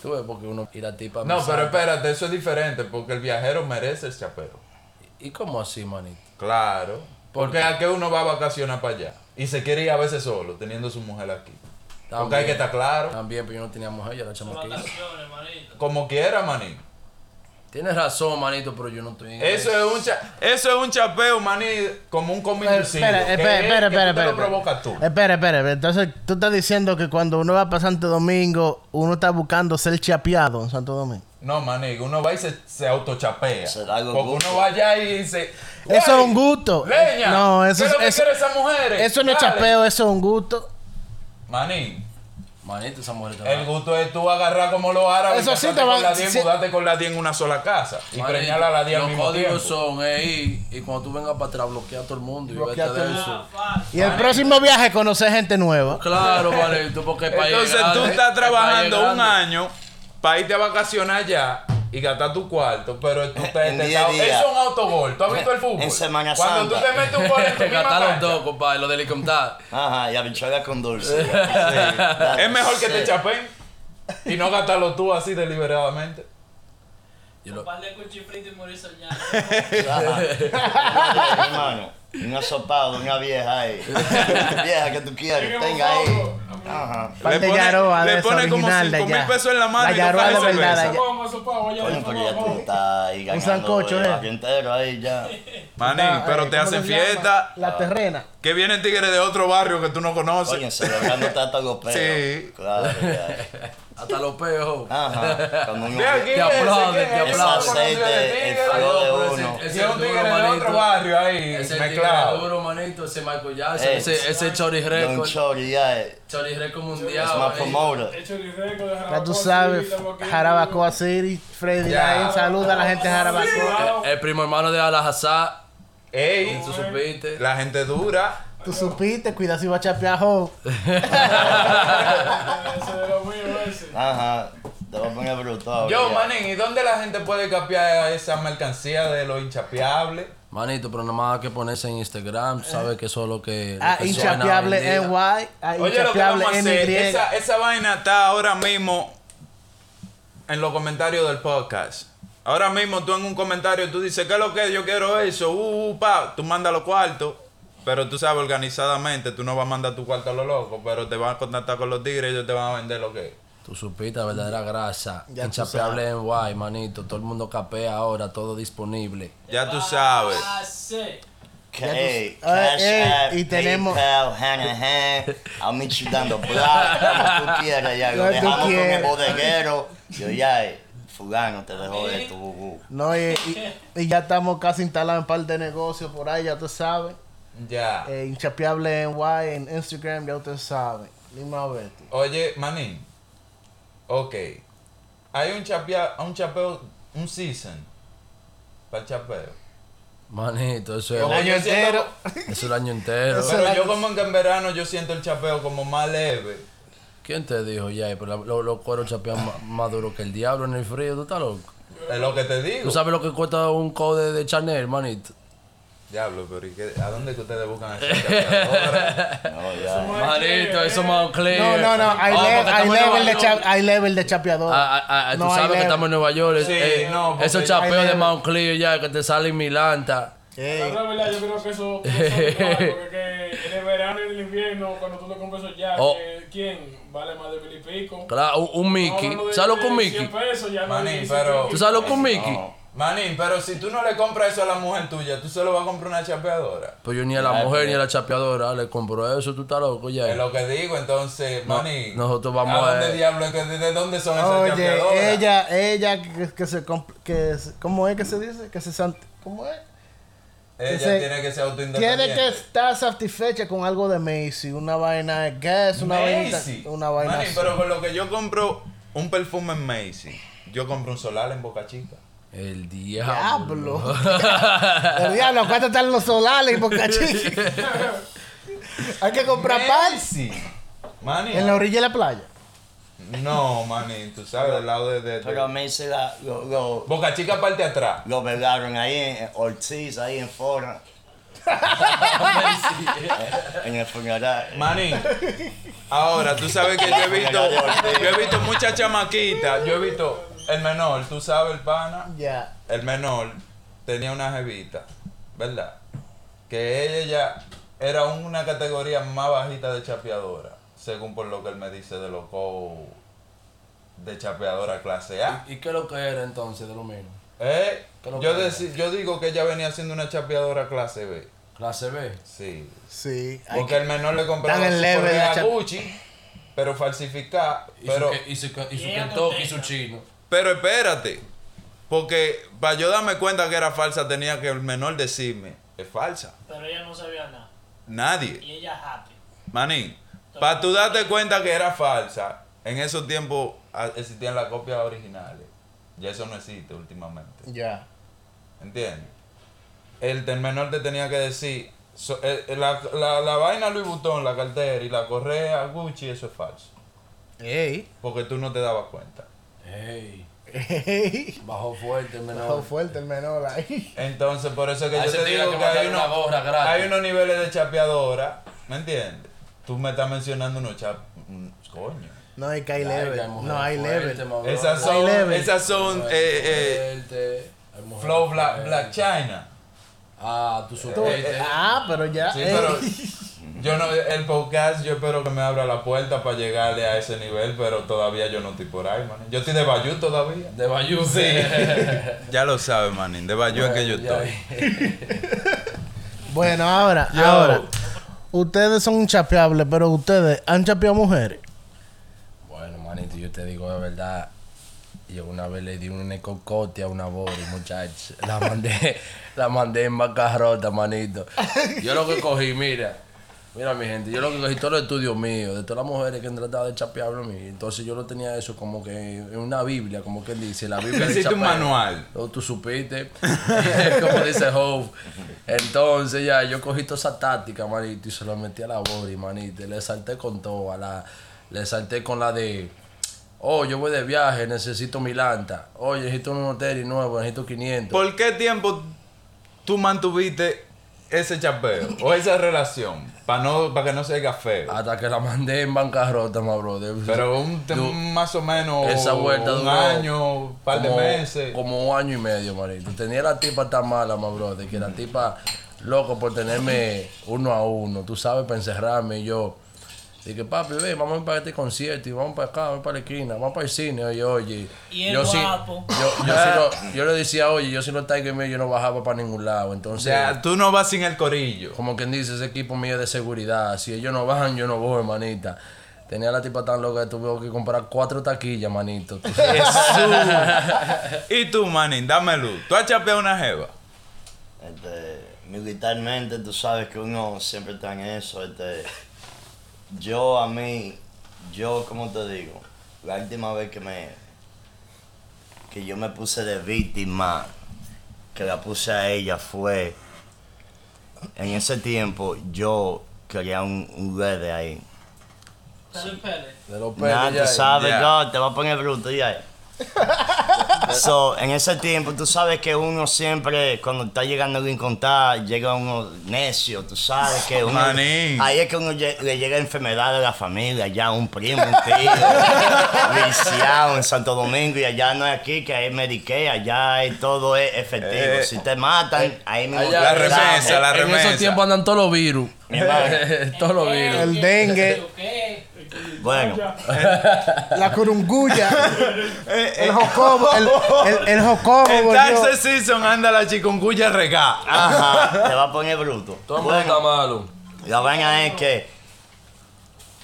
[SPEAKER 3] Tú ves, porque uno y la tipa. me
[SPEAKER 2] No, pero
[SPEAKER 3] saca.
[SPEAKER 2] espérate, eso es diferente, porque el viajero merece el chapero.
[SPEAKER 3] ¿Y cómo así, manito?
[SPEAKER 2] Claro.
[SPEAKER 3] ¿Por
[SPEAKER 2] Porque
[SPEAKER 3] qué?
[SPEAKER 2] a que uno va a vacacionar para allá. Y se quiere ir a veces solo, teniendo su mujer aquí. Porque
[SPEAKER 3] También.
[SPEAKER 2] hay que estar claro.
[SPEAKER 3] También, pero yo no tenía mujer, yo era chamaquita.
[SPEAKER 4] Vacaciones, manito.
[SPEAKER 2] Como quiera, manín.
[SPEAKER 3] Tienes razón, manito, pero yo no estoy en
[SPEAKER 2] Eso es un cha- eso es un chapeo, maní, como un comino
[SPEAKER 1] Espera,
[SPEAKER 2] inducido,
[SPEAKER 1] espera,
[SPEAKER 2] que
[SPEAKER 1] espera,
[SPEAKER 2] es que
[SPEAKER 1] espera,
[SPEAKER 2] tú te
[SPEAKER 1] espera,
[SPEAKER 2] lo
[SPEAKER 1] espera.
[SPEAKER 2] provocas tú.
[SPEAKER 1] Espera, espera, espera. entonces tú estás diciendo que cuando uno va para Santo Domingo, uno está buscando ser chapeado en Santo Domingo.
[SPEAKER 2] No, maní, uno va y se, se autochapea.
[SPEAKER 5] Se da los
[SPEAKER 2] Porque
[SPEAKER 5] gustos.
[SPEAKER 2] uno va allá y se.
[SPEAKER 1] Eso
[SPEAKER 2] "Güey,
[SPEAKER 1] es un gusto.
[SPEAKER 2] Leña.
[SPEAKER 1] No, eso
[SPEAKER 2] ¿Qué es. lo que
[SPEAKER 1] es-
[SPEAKER 2] quieren esas mujeres?
[SPEAKER 1] Eso no es
[SPEAKER 2] Dale".
[SPEAKER 1] chapeo, eso es un gusto.
[SPEAKER 2] Maní,
[SPEAKER 3] Manito, esa mujer está
[SPEAKER 2] el gusto es tú agarrar como los árabes.
[SPEAKER 1] Eso
[SPEAKER 2] y
[SPEAKER 1] sí
[SPEAKER 2] casarte
[SPEAKER 1] te va-
[SPEAKER 2] con la 10,
[SPEAKER 1] sí.
[SPEAKER 2] mudarte con la 10 en una sola casa. Y
[SPEAKER 3] Manito,
[SPEAKER 2] preñarla a la 10 al
[SPEAKER 3] Los
[SPEAKER 2] mismo
[SPEAKER 3] códigos
[SPEAKER 2] tiempo.
[SPEAKER 3] son, ey, y cuando tú vengas para atrás, bloquea a todo el mundo y
[SPEAKER 1] Bloquea
[SPEAKER 3] vete
[SPEAKER 1] a todo el
[SPEAKER 3] de
[SPEAKER 4] Ah,
[SPEAKER 3] eso.
[SPEAKER 4] fácil.
[SPEAKER 1] Y el próximo viaje conocer gente nueva.
[SPEAKER 3] Claro, manito, porque eh, el país es
[SPEAKER 2] Entonces tú
[SPEAKER 3] grande,
[SPEAKER 2] estás
[SPEAKER 3] el país es
[SPEAKER 2] trabajando un
[SPEAKER 3] grande.
[SPEAKER 2] año para irte a vacacionar allá y gastar tu cuarto, pero tú estás
[SPEAKER 5] En día a
[SPEAKER 2] estás-
[SPEAKER 5] día.
[SPEAKER 2] Eso es un autogol. ¿Tú has visto el fútbol?
[SPEAKER 5] En Semana
[SPEAKER 2] Cuando tú
[SPEAKER 5] Santa.
[SPEAKER 2] te metes un gol en tu
[SPEAKER 3] Te
[SPEAKER 2] misma
[SPEAKER 3] gastaron
[SPEAKER 2] cancha,
[SPEAKER 3] dos, compadre, lo de helicóptero.
[SPEAKER 5] Ajá, y habichuela con dulce.
[SPEAKER 2] es mejor que te chapen y no gastarlo tú así deliberadamente.
[SPEAKER 3] Yo
[SPEAKER 4] Un
[SPEAKER 3] lo-
[SPEAKER 4] par de cuchifritos y morir soñando.
[SPEAKER 5] Hermano, Un asopado, una vieja ahí. vieja que tú quieres, tenga ahí. Ajá.
[SPEAKER 1] Par de
[SPEAKER 2] pone-
[SPEAKER 1] yaroa de
[SPEAKER 2] le
[SPEAKER 1] esa
[SPEAKER 2] pone como
[SPEAKER 1] original de
[SPEAKER 2] 5 mil
[SPEAKER 1] allá.
[SPEAKER 2] pesos en la mano
[SPEAKER 1] La
[SPEAKER 2] y dos
[SPEAKER 1] yaroa
[SPEAKER 2] cajas
[SPEAKER 1] de
[SPEAKER 2] de
[SPEAKER 1] verdad,
[SPEAKER 2] cerveza.
[SPEAKER 1] de
[SPEAKER 6] Vamos, sopa, oye,
[SPEAKER 5] Coño, pero ya tú
[SPEAKER 6] vamos.
[SPEAKER 5] estás ahí ganando.
[SPEAKER 1] sancocho,
[SPEAKER 5] el
[SPEAKER 1] ¿eh?
[SPEAKER 5] barrio entero ahí ya.
[SPEAKER 2] Manín,
[SPEAKER 1] allá.
[SPEAKER 2] pero
[SPEAKER 1] Eh,
[SPEAKER 2] te
[SPEAKER 1] ¿cómo
[SPEAKER 2] hacen
[SPEAKER 1] se llama?
[SPEAKER 2] fiesta.
[SPEAKER 1] La terrena.
[SPEAKER 2] Que vienen tigres de otro barrio que tú no
[SPEAKER 5] Coño,
[SPEAKER 2] conoces.
[SPEAKER 5] celebrando tanto los peos.
[SPEAKER 2] Sí.
[SPEAKER 5] Claro, ya.
[SPEAKER 3] Hasta los peos.
[SPEAKER 5] Ah, Ajá. Cuando uno
[SPEAKER 2] Ve aquí,
[SPEAKER 5] ve
[SPEAKER 3] Te aplauden,
[SPEAKER 2] ese que
[SPEAKER 3] te
[SPEAKER 2] es,
[SPEAKER 5] ese
[SPEAKER 3] aplauden.
[SPEAKER 5] aceite, el flow de
[SPEAKER 3] Ay, no, pero
[SPEAKER 5] uno.
[SPEAKER 2] ese
[SPEAKER 3] ese-
[SPEAKER 2] es
[SPEAKER 3] ese
[SPEAKER 2] un
[SPEAKER 3] duro,
[SPEAKER 2] tigre de
[SPEAKER 3] manito.
[SPEAKER 2] otro barrio ahí,
[SPEAKER 3] Ese tigre es
[SPEAKER 2] mezclado.
[SPEAKER 3] duro, manito, ese Michael Jackson,
[SPEAKER 5] Eh,
[SPEAKER 3] ese, ese Chori
[SPEAKER 5] Don
[SPEAKER 3] Record.
[SPEAKER 5] Chori, ya es.
[SPEAKER 3] Chori Record mundial.
[SPEAKER 5] Es más
[SPEAKER 3] manito.
[SPEAKER 5] promoter.
[SPEAKER 6] Hecho el récord de
[SPEAKER 1] Ya tú
[SPEAKER 6] Jarabacoa,
[SPEAKER 1] sabes,
[SPEAKER 6] sí, estamos aquí.
[SPEAKER 1] Jarabacoa City, Freddy
[SPEAKER 2] Ya.
[SPEAKER 1] Lain, saluda a la gente de Jarabacoa.
[SPEAKER 6] Wow.
[SPEAKER 3] El, el primo hermano de Alajazá,
[SPEAKER 2] Ey,
[SPEAKER 3] tú supiste.
[SPEAKER 2] la gente dura.
[SPEAKER 1] Tú supiste, cuidado si va a chapear jo.
[SPEAKER 6] Ese de los míos, ese.
[SPEAKER 5] Ajá. Te voy a poner bruto ahora.
[SPEAKER 2] Yo,
[SPEAKER 5] ya.
[SPEAKER 2] manín, ¿y dónde la gente puede capear esa mercancía de los hinchapeables?
[SPEAKER 3] Manito, pero nada más que ponerse en Instagram, tú sabes que eso es lo que. lo
[SPEAKER 1] Ah,
[SPEAKER 3] que suena
[SPEAKER 1] inchapeable
[SPEAKER 3] hoy en día.
[SPEAKER 1] NY, ah,
[SPEAKER 2] Oye, lo que vamos
[SPEAKER 1] inchapeable
[SPEAKER 2] a hacer,
[SPEAKER 1] NY.
[SPEAKER 2] esa, esa vaina está ahora mismo en los comentarios del podcast. Ahora mismo tú en un comentario tú dices, ¿qué es lo que es? Yo quiero eso, uh, uh, pa. Tú mandas los cuartos, pero tú sabes, organizadamente, tú no vas a mandar tu cuarto a los locos, pero te van a contactar con los tigres y ellos te van a vender lo que es.
[SPEAKER 3] Tú supiste la verdadera grasa.
[SPEAKER 1] Ya tú
[SPEAKER 3] Inchapeable en guay, manito. Todo el mundo capea ahora, todo disponible.
[SPEAKER 2] Ya tú sabes.
[SPEAKER 4] Ah, sí.
[SPEAKER 5] Ca- Hey,
[SPEAKER 1] Ah,
[SPEAKER 5] Cash
[SPEAKER 1] eh,
[SPEAKER 5] App,
[SPEAKER 1] y tenemos-
[SPEAKER 5] PayPal, hand in hand, I'll meet you down the block, como tú quieras, ya, lo
[SPEAKER 1] Lo que
[SPEAKER 5] dejamos con el
[SPEAKER 1] quieras.
[SPEAKER 5] bodeguero, yo ya, eh, fulano, te dejo esto, bu, bu.
[SPEAKER 1] No, y, y- y ya estamos casi instalados en un par de negocios por ahí, ya tú sabes.
[SPEAKER 2] Ya.
[SPEAKER 1] Eh, inchapeable NY en Instagram, ya ustedes saben. Lima Betty.
[SPEAKER 2] Oye, manín. Ok. Hay un chapea, un chapeo, un season. Para el chapeo.
[SPEAKER 3] Manito, eso
[SPEAKER 2] Como
[SPEAKER 3] es,
[SPEAKER 1] año
[SPEAKER 2] yo siento-
[SPEAKER 1] entero.
[SPEAKER 3] eso es el año entero.
[SPEAKER 1] Eso-
[SPEAKER 2] Pero yo como en que en verano yo siento el chapeo como más leve.
[SPEAKER 3] ¿Quién te dijo, Jay? Pero la- lo- los cueros chapean ma- más duro que el diablo en el frío, tú estás loco.
[SPEAKER 2] Es lo que te digo.
[SPEAKER 3] ¿Tú sabes lo que cuesta un code de Chanel, manito?
[SPEAKER 2] Diablo, pero ¿y qué- ¿a dónde es que ustedes buscan ese chapeador?
[SPEAKER 5] No, ya, eh.
[SPEAKER 3] Manito, eso es más
[SPEAKER 1] No,
[SPEAKER 3] clear.
[SPEAKER 1] no, no, hay, le-
[SPEAKER 3] Oh, porque
[SPEAKER 1] hay
[SPEAKER 3] estamos en
[SPEAKER 1] level,
[SPEAKER 3] Nueva
[SPEAKER 1] de
[SPEAKER 3] York.
[SPEAKER 1] cha- hay level de chapeador.
[SPEAKER 3] Ah, ah, ah,
[SPEAKER 1] No,
[SPEAKER 3] tú
[SPEAKER 1] hay
[SPEAKER 3] sabes que
[SPEAKER 1] level.
[SPEAKER 3] estamos en Nueva York. es-
[SPEAKER 2] Sí,
[SPEAKER 3] eh,
[SPEAKER 2] no, porque
[SPEAKER 3] esos
[SPEAKER 1] hay
[SPEAKER 3] chapeos de
[SPEAKER 1] level.
[SPEAKER 3] Mount Clear ya que te salen milanta.
[SPEAKER 1] Ey.
[SPEAKER 6] La verdad, yo creo que eso, que eso no vale, porque que en el verano y en el invierno, cuando tú te compras esos ya,
[SPEAKER 3] Oh.
[SPEAKER 6] ¿quién vale más de mil y pico?
[SPEAKER 3] Claro, un, un Mickey.
[SPEAKER 6] Hablando de-
[SPEAKER 3] ¿Sabes lo que un
[SPEAKER 6] de
[SPEAKER 3] Mickey?
[SPEAKER 6] 100 pesos, ya no
[SPEAKER 2] Manín,
[SPEAKER 6] dice
[SPEAKER 2] pero-
[SPEAKER 6] que-
[SPEAKER 3] ¿Tú sabes lo que un Mickey?
[SPEAKER 2] Manín, pero si tú no le compras eso a la mujer tuya, tú solo vas a comprar una chapeadora.
[SPEAKER 3] Pues yo ni a la
[SPEAKER 5] Claro,
[SPEAKER 3] mujer
[SPEAKER 5] pero-
[SPEAKER 3] ni a la chapeadora le compro eso, tú estás loco,
[SPEAKER 2] Es
[SPEAKER 3] ya.
[SPEAKER 2] lo que digo, entonces, Manín.
[SPEAKER 3] nosotros vamos
[SPEAKER 2] ¿a
[SPEAKER 3] a-
[SPEAKER 2] dónde diablo es que- de dónde son esas chapeadoras?
[SPEAKER 1] Oye, ella, ella que, que se, comp- que, se- ¿cómo es que se dice? Que se sant- ¿cómo es?
[SPEAKER 2] Ella
[SPEAKER 1] Ese-
[SPEAKER 2] tiene que ser autoindependiente.
[SPEAKER 1] Tiene que estar satisfecha con algo de Macy, una vaina de gas, una vaina,
[SPEAKER 2] Macy.
[SPEAKER 1] una vaina.
[SPEAKER 2] Manín,
[SPEAKER 1] así.
[SPEAKER 2] pero con lo que yo compro un perfume en Macy, yo compro un solar en Boca Chica.
[SPEAKER 3] El diablo.
[SPEAKER 1] Diablo. El diablo, ¿cuánto están los solares? Boca Chica? Hay que comprar pan
[SPEAKER 2] Macy. Manín.
[SPEAKER 1] en la orilla de la playa.
[SPEAKER 2] No, manín, tú sabes, del lado de... de- de-
[SPEAKER 5] Pero me hice la, lo, lo,
[SPEAKER 2] Boca Chica parte atrás.
[SPEAKER 5] lo velaron ahí en en Ortiz, ahí en Fora. en el funeral.
[SPEAKER 2] Manín, ahora, tú sabes que yo he visto... Yo he visto muchas chamaquitas. Yo he visto el menor, tú sabes, el pana.
[SPEAKER 1] Ya.
[SPEAKER 2] El menor tenía una jevita, ¿verdad? Que ella era una categoría más bajita de chapeadora, según por lo que él me dice de loco de chapeadora clase A.
[SPEAKER 3] ¿Y qué es lo que era entonces de lo mismo?
[SPEAKER 2] ¿Eh?
[SPEAKER 3] ¿Qué lo
[SPEAKER 2] Yo,
[SPEAKER 3] que
[SPEAKER 2] deci- yo digo que ella venía siendo una chapeadora clase B.
[SPEAKER 3] Clase B.
[SPEAKER 2] Sí.
[SPEAKER 1] Sí. hay
[SPEAKER 2] Porque el menor le compraba
[SPEAKER 1] Dan el
[SPEAKER 2] su
[SPEAKER 1] level
[SPEAKER 2] correa
[SPEAKER 1] a cha-
[SPEAKER 2] Gucci, pero falsificada.
[SPEAKER 3] Y
[SPEAKER 2] Pero,
[SPEAKER 3] su, que- y su, que- y su
[SPEAKER 4] Y ella
[SPEAKER 3] Kentucky y su
[SPEAKER 4] contesta.
[SPEAKER 3] chino.
[SPEAKER 2] pero espérate. Porque para yo darme cuenta que era falsa, tenía que el menor decirme, es falsa.
[SPEAKER 4] Pero ella no sabía nada.
[SPEAKER 2] Nadie.
[SPEAKER 4] Y ella happy.
[SPEAKER 2] Manín, para tú darte cuenta que era falsa, en esos tiempos ah, existían las copias originales. Ya eso no existe últimamente.
[SPEAKER 1] que- Ya.
[SPEAKER 2] ¿Entiendes? El del menor te tenía que decir, so- eh, eh, la, la, la vaina Louis Vuitton, la cartera y la correa Gucci, eso es falso.
[SPEAKER 1] Ey.
[SPEAKER 2] Porque tú no te dabas cuenta.
[SPEAKER 3] Ey,
[SPEAKER 1] Ey.
[SPEAKER 3] bajó fuerte, menor.
[SPEAKER 1] Bajó fuerte el menor ahí.
[SPEAKER 2] Entonces, por eso es que
[SPEAKER 3] A
[SPEAKER 2] yo
[SPEAKER 3] ese
[SPEAKER 2] te
[SPEAKER 3] tigre
[SPEAKER 2] digo
[SPEAKER 3] que
[SPEAKER 2] que hay,
[SPEAKER 3] mandaron
[SPEAKER 2] uno-
[SPEAKER 3] una gorra gratis.
[SPEAKER 2] hay unos niveles de chapeadora, ¿me entiendes? Tú me estás mencionando unos chap... mm, Coño.
[SPEAKER 1] No, hay que hay
[SPEAKER 3] Ay,
[SPEAKER 1] level.
[SPEAKER 3] que hay mujeres
[SPEAKER 1] No, hay
[SPEAKER 3] fuertes,
[SPEAKER 1] level.
[SPEAKER 3] mabrón.
[SPEAKER 2] Esas
[SPEAKER 1] High
[SPEAKER 2] son,
[SPEAKER 1] level.
[SPEAKER 2] esas son
[SPEAKER 3] Mujeres
[SPEAKER 2] eh, eh,
[SPEAKER 3] fuertes, hay mujeres
[SPEAKER 2] Flow Black,
[SPEAKER 3] fuertes.
[SPEAKER 2] Black China.
[SPEAKER 3] Ah, tú
[SPEAKER 1] Tú-
[SPEAKER 3] supiste.
[SPEAKER 1] ah, pero ya.
[SPEAKER 2] Sí,
[SPEAKER 1] eh.
[SPEAKER 2] pero yo no, el podcast yo espero que me abra la puerta para llegarle a ese nivel, pero todavía yo no estoy por ahí, man. Yo estoy de Bayou todavía.
[SPEAKER 3] De Bayou. Sí.
[SPEAKER 2] Ya lo sabes, manín, de Bayou es que yo estoy.
[SPEAKER 1] Bueno, ahora, ahora. Ustedes son chapeables, pero ustedes han chapeado mujeres.
[SPEAKER 3] Bueno, manito, yo te digo la verdad. Yo una vez le di un cocote a una bori, muchacha. La mandé, la mandé en bancarrota, manito. Yo lo que cogí, mira. Mira, mi gente, yo lo que cogí todos los estudios míos, de todas las mujeres que han tratado de chapearlo a mí. Entonces yo lo tenía eso como que en una Biblia, como que dice, la Biblia de
[SPEAKER 2] Hiciste un
[SPEAKER 3] chapeo.
[SPEAKER 2] manual.
[SPEAKER 3] O tú supiste, como dice Hope. Entonces ya, yo cogí toda esa táctica, manito, y se la metí a la Bori, manito. Y le salté con todo, a la, le salté con la de, oh, yo voy de viaje, necesito mi lanta. Oye, necesito un hotel nuevo, necesito 500.
[SPEAKER 2] ¿Por qué tiempo tú mantuviste ese chapeo o esa relación? Para no, para que no se haga feo.
[SPEAKER 3] Hasta que la mandé en bancarrota, más brother.
[SPEAKER 2] Pero un,
[SPEAKER 3] Du-
[SPEAKER 2] más o menos
[SPEAKER 3] Esa vuelta
[SPEAKER 2] un
[SPEAKER 3] duró
[SPEAKER 2] año, un par de
[SPEAKER 3] como-
[SPEAKER 2] meses.
[SPEAKER 3] Como un año y medio, manito. Tenía la tipa tan mala, ma bro, de que la tipa loco por tenerme uno a uno, tú sabes, para encerrarme y yo. Dije, papi, ve, vamos a ir para este concierto y vamos para acá, vamos para la esquina, vamos para el cine, oye, oye.
[SPEAKER 4] Y el
[SPEAKER 3] yo sí-
[SPEAKER 4] guapo.
[SPEAKER 3] yo, yo sí lo- yo le decía, oye, yo si no Tiger mío, yo no bajaba para ningún lado. Entonces,
[SPEAKER 2] Ya, tú no vas sin el corillo.
[SPEAKER 3] como quien dice, ese equipo mío es de seguridad. Si ellos no bajan, yo no voy, manita. Tenía la tipa tan loca que tuve que comprar cuatro taquillas, manito. Tú sabes.
[SPEAKER 2] Y tú, manín, dame luz. ¿Tú has chapeado una jeva?
[SPEAKER 5] Este, militarmente, tú sabes que uno siempre está en eso. Este, yo a mí, yo, como te digo, la última vez que me. que yo me puse de víctima, que la puse a ella fue. En ese tiempo, yo quería un, un lede ahí.
[SPEAKER 4] Está el pele.
[SPEAKER 3] De los pelos
[SPEAKER 5] Nada,
[SPEAKER 3] ya.
[SPEAKER 5] tú sabes,
[SPEAKER 2] ya.
[SPEAKER 5] God, te va a poner bruto ya. so, en ese tiempo, tú sabes que uno siempre, cuando está llegando a incontar, llega uno necio, tú sabes que uno.
[SPEAKER 2] Manín.
[SPEAKER 5] Ahí es que uno lle- le llega enfermedad de la familia, ya un primo, un tío, viciado en Santo Domingo, y allá no es aquí, que hay Medicaid, allá es- todo es efectivo.
[SPEAKER 2] Eh,
[SPEAKER 5] si te matan, ahí mismo.
[SPEAKER 3] Allá-
[SPEAKER 5] te
[SPEAKER 2] La
[SPEAKER 5] dan.
[SPEAKER 2] remesa, la
[SPEAKER 3] en
[SPEAKER 2] remesa.
[SPEAKER 3] esos tiempos andan todos los virus.
[SPEAKER 5] Mi hermano.
[SPEAKER 3] todos los
[SPEAKER 5] Eh,
[SPEAKER 3] virus.
[SPEAKER 1] El dengue.
[SPEAKER 4] Eh, ¿Qué?
[SPEAKER 5] Bueno.
[SPEAKER 1] La curunguya. el jocobo. El, el, el jocobo
[SPEAKER 2] Eh, En
[SPEAKER 1] volvió.
[SPEAKER 2] tax season anda la chikunguya regá.
[SPEAKER 5] Ajá, te va a poner bruto.
[SPEAKER 3] Todo el mundo está malo.
[SPEAKER 5] La vaina es que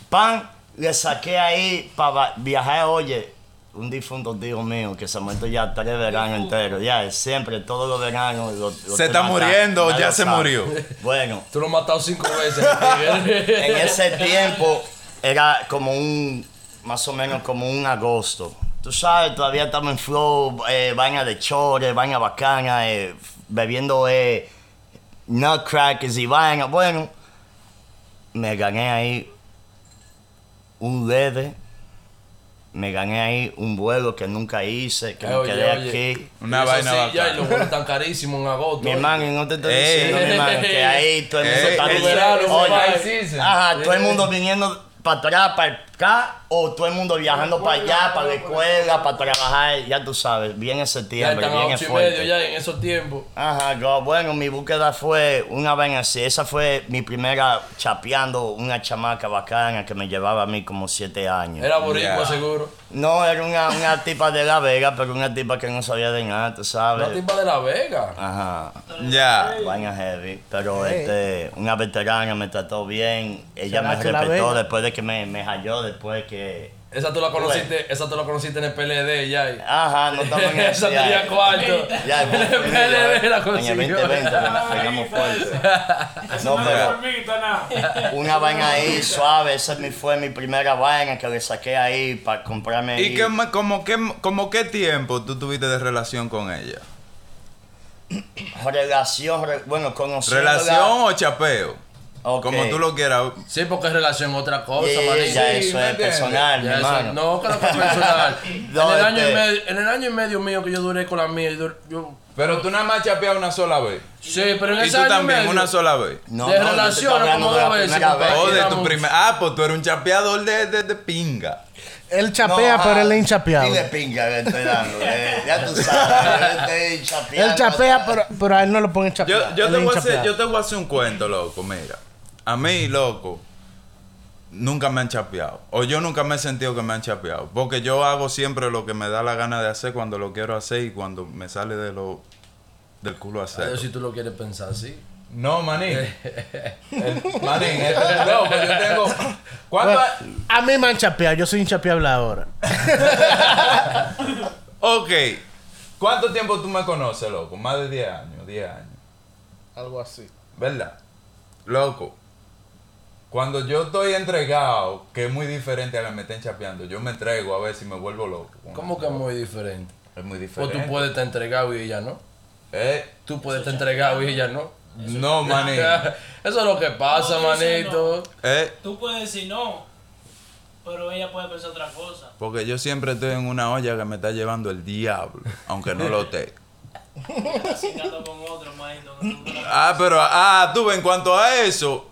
[SPEAKER 5] pan le saqué ahí para viajar, oye, un difunto tío mío que se ha muerto ya tres veranos enteros, ya siempre, todos los veranos. lo- lo
[SPEAKER 2] Se
[SPEAKER 5] te
[SPEAKER 2] está
[SPEAKER 5] matan,
[SPEAKER 2] muriendo, ya
[SPEAKER 5] lo
[SPEAKER 2] se
[SPEAKER 5] sabe.
[SPEAKER 2] murió.
[SPEAKER 5] Bueno,
[SPEAKER 3] Tú lo has matado cinco veces. tigre.
[SPEAKER 5] en ese tiempo era como un, más o menos como un agosto. Tú sabes, todavía estamos en flow, eh, vaina de chores, vaina bacana, eh, bebiendo eh, nutcrackers y vaina. Bueno, me gané ahí un leve, me gané ahí un vuelo que nunca hice, que me
[SPEAKER 3] Oye,
[SPEAKER 5] quedé
[SPEAKER 3] oye.
[SPEAKER 5] aquí.
[SPEAKER 2] Una
[SPEAKER 3] Eso
[SPEAKER 2] vaina
[SPEAKER 3] sí, ya,
[SPEAKER 2] bacana.
[SPEAKER 3] y los vuelos tan carísimos en agosto.
[SPEAKER 5] Mi
[SPEAKER 3] eh.
[SPEAKER 5] hermano, y no te estoy
[SPEAKER 2] Ey.
[SPEAKER 5] diciendo, mi hermano, que ahí todo el mundo
[SPEAKER 2] Ey,
[SPEAKER 5] está
[SPEAKER 2] ey,
[SPEAKER 5] viniendo.
[SPEAKER 3] claro,
[SPEAKER 5] Oye,
[SPEAKER 3] high season.
[SPEAKER 2] Ah,
[SPEAKER 5] Ajá, todo el mundo viniendo para atrás, para acá, o todo el mundo viajando para allá, para la escuela, para trabajar, ya tú sabes, bien en
[SPEAKER 3] Ya
[SPEAKER 5] septiembre,
[SPEAKER 3] están a
[SPEAKER 5] bien en
[SPEAKER 3] ocho y medio
[SPEAKER 5] fuerte.
[SPEAKER 3] ya en esos tiempos.
[SPEAKER 5] Ajá, go, bueno, mi búsqueda fue una vez así, esa fue mi primera chapeando una chamaca bacana que me llevaba a mí como siete años.
[SPEAKER 3] Era boricua
[SPEAKER 2] Ya.
[SPEAKER 3] seguro.
[SPEAKER 5] No, era una, una tipa de La Vega, pero una tipa que no sabía de nada, tú sabes.
[SPEAKER 3] La tipa de La Vega.
[SPEAKER 5] Ajá.
[SPEAKER 2] Ya.
[SPEAKER 5] Vaina heavy, pero este, una veterana me trató bien, ella me
[SPEAKER 1] Ganaste la
[SPEAKER 5] respetó
[SPEAKER 1] vela.
[SPEAKER 5] después de que me, me halló, después que...
[SPEAKER 3] Esa tú la conociste, esa tú la conociste en el PLD ya. eh.
[SPEAKER 5] Ajá, no estamos en
[SPEAKER 3] Esa
[SPEAKER 5] eso,
[SPEAKER 3] tenía cuarto.
[SPEAKER 5] Ya,
[SPEAKER 3] En el PLD la
[SPEAKER 5] En el
[SPEAKER 3] consiguió.
[SPEAKER 5] 2020 la pegamos fuerte. No,
[SPEAKER 6] No
[SPEAKER 5] pero-
[SPEAKER 6] me permita nada.
[SPEAKER 5] Una vaina ahí suave, esa mi- fue mi primera vaina que le saqué ahí para comprarme ahí.
[SPEAKER 2] ¿Y qué, ma- como, qué, como qué tiempo tú tuviste de relación con ella?
[SPEAKER 5] Relación, re- bueno, conocí.
[SPEAKER 2] ¿Relación o chapeo? Como tú lo quieras.
[SPEAKER 3] Sí, porque es relación otra cosa,
[SPEAKER 5] Ya, ya,
[SPEAKER 3] manito.
[SPEAKER 5] ya,
[SPEAKER 2] Sí,
[SPEAKER 5] eso
[SPEAKER 2] ¿me
[SPEAKER 5] es
[SPEAKER 2] entiendes?
[SPEAKER 5] personal, mi
[SPEAKER 3] Ya, eso-
[SPEAKER 5] hermano.
[SPEAKER 3] no, claro que es personal.
[SPEAKER 5] No,
[SPEAKER 3] en, el año y
[SPEAKER 5] este-
[SPEAKER 3] medio, en el año y medio mío que yo duré con la mía, yo, yo-
[SPEAKER 2] Pero tú nada más chapeas una sola vez.
[SPEAKER 3] sí, pero en
[SPEAKER 2] Y
[SPEAKER 3] ese
[SPEAKER 2] tú
[SPEAKER 3] año y
[SPEAKER 2] también,
[SPEAKER 3] medio-
[SPEAKER 2] una sola vez.
[SPEAKER 5] No,
[SPEAKER 3] de
[SPEAKER 5] no, yo te
[SPEAKER 3] relación,
[SPEAKER 5] estoy hablando
[SPEAKER 3] como
[SPEAKER 5] de la
[SPEAKER 3] dos veces,
[SPEAKER 5] primera
[SPEAKER 3] compadre.
[SPEAKER 5] vez.
[SPEAKER 2] O de tu
[SPEAKER 3] Éramos-
[SPEAKER 2] primera. Ah, pues tú eres un chapeador de, de, de pinga.
[SPEAKER 1] Él chapea,
[SPEAKER 5] No,
[SPEAKER 1] pero
[SPEAKER 5] ah,
[SPEAKER 1] él es hinchapeado.
[SPEAKER 5] Dile pinga que estoy dando. eh, ya tú sabes. yo estoy
[SPEAKER 1] Él
[SPEAKER 5] hinchapeando.
[SPEAKER 1] chapea, pero, pero a él no lo ponen
[SPEAKER 2] Yo,
[SPEAKER 1] chapear.
[SPEAKER 2] yo
[SPEAKER 1] él
[SPEAKER 2] te
[SPEAKER 1] es
[SPEAKER 2] voy a hacer,
[SPEAKER 1] hinchapeado.
[SPEAKER 2] yo te voy a hacer un cuento, loco. Mira, a mí, loco, nunca me han chapeado. O yo nunca me he sentido que me han chapeado. Porque yo hago siempre lo que me da la gana de hacer cuando lo quiero hacer y cuando me sale de lo, del culo hacer.
[SPEAKER 3] Pero si tú lo quieres pensar así.
[SPEAKER 2] No, manín. El- manín, este es loco. Yo tengo. ¿Cuánto?
[SPEAKER 1] Bueno, a mí me han chapeado, yo soy hinchapeable ahora.
[SPEAKER 2] Ok. ¿Cuánto tiempo tú me conoces, loco? Más de 10 años, 10 años.
[SPEAKER 1] Algo así.
[SPEAKER 2] ¿Verdad? Loco. Cuando yo estoy entregado, que es muy diferente a la que me estén chapeando, yo me entrego a ver si me vuelvo loco.
[SPEAKER 3] ¿Cómo que es muy diferente?
[SPEAKER 2] Es muy
[SPEAKER 3] O
[SPEAKER 2] diferente.
[SPEAKER 3] tú puedes estar entregado y ella no.
[SPEAKER 2] ¿Eh?
[SPEAKER 3] Tú puedes estar entregado y ella no.
[SPEAKER 2] No, maní.
[SPEAKER 3] Eso es lo que pasa,
[SPEAKER 4] No, tú dices
[SPEAKER 3] manito.
[SPEAKER 2] ¿Eh?
[SPEAKER 4] Tú puedes decir no, pero ella puede pensar otra cosa.
[SPEAKER 2] Porque yo siempre estoy en una olla que me está llevando el diablo, aunque no lo esté.
[SPEAKER 4] Así que ando con otro, manito. que tú no la-
[SPEAKER 2] Ah, pero, ah, tú, en cuanto a eso,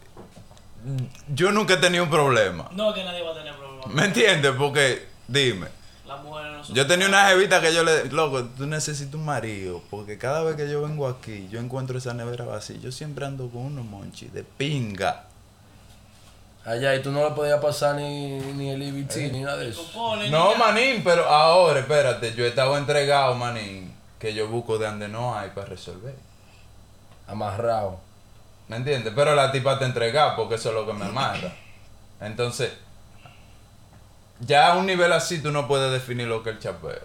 [SPEAKER 2] yo nunca he tenido un problema.
[SPEAKER 4] No, que nadie va a tener problemas.
[SPEAKER 2] ¿Me entiendes? Porque, dime.
[SPEAKER 4] Las mujeres no son.
[SPEAKER 2] Yo tenía una jevita que yo le loco, tú necesitas un marido, porque cada vez que yo vengo aquí, yo encuentro esa nevera vacía. Yo siempre ando con unos monchi de pinga.
[SPEAKER 3] Allá, y tú no le podías pasar ni, ni el IBT
[SPEAKER 2] Eh.
[SPEAKER 3] ni nada de eso.
[SPEAKER 4] Supone,
[SPEAKER 2] No,
[SPEAKER 4] niña,
[SPEAKER 2] manín, pero ahora, espérate, yo estaba entregado, manín, que yo busco de donde no hay para resolver.
[SPEAKER 3] Amarrado.
[SPEAKER 2] ¿Me entiendes? Pero la tipa te entrega porque eso es lo que me amarra. Entonces, ya a un nivel así tú no puedes definir lo que es el chapeo.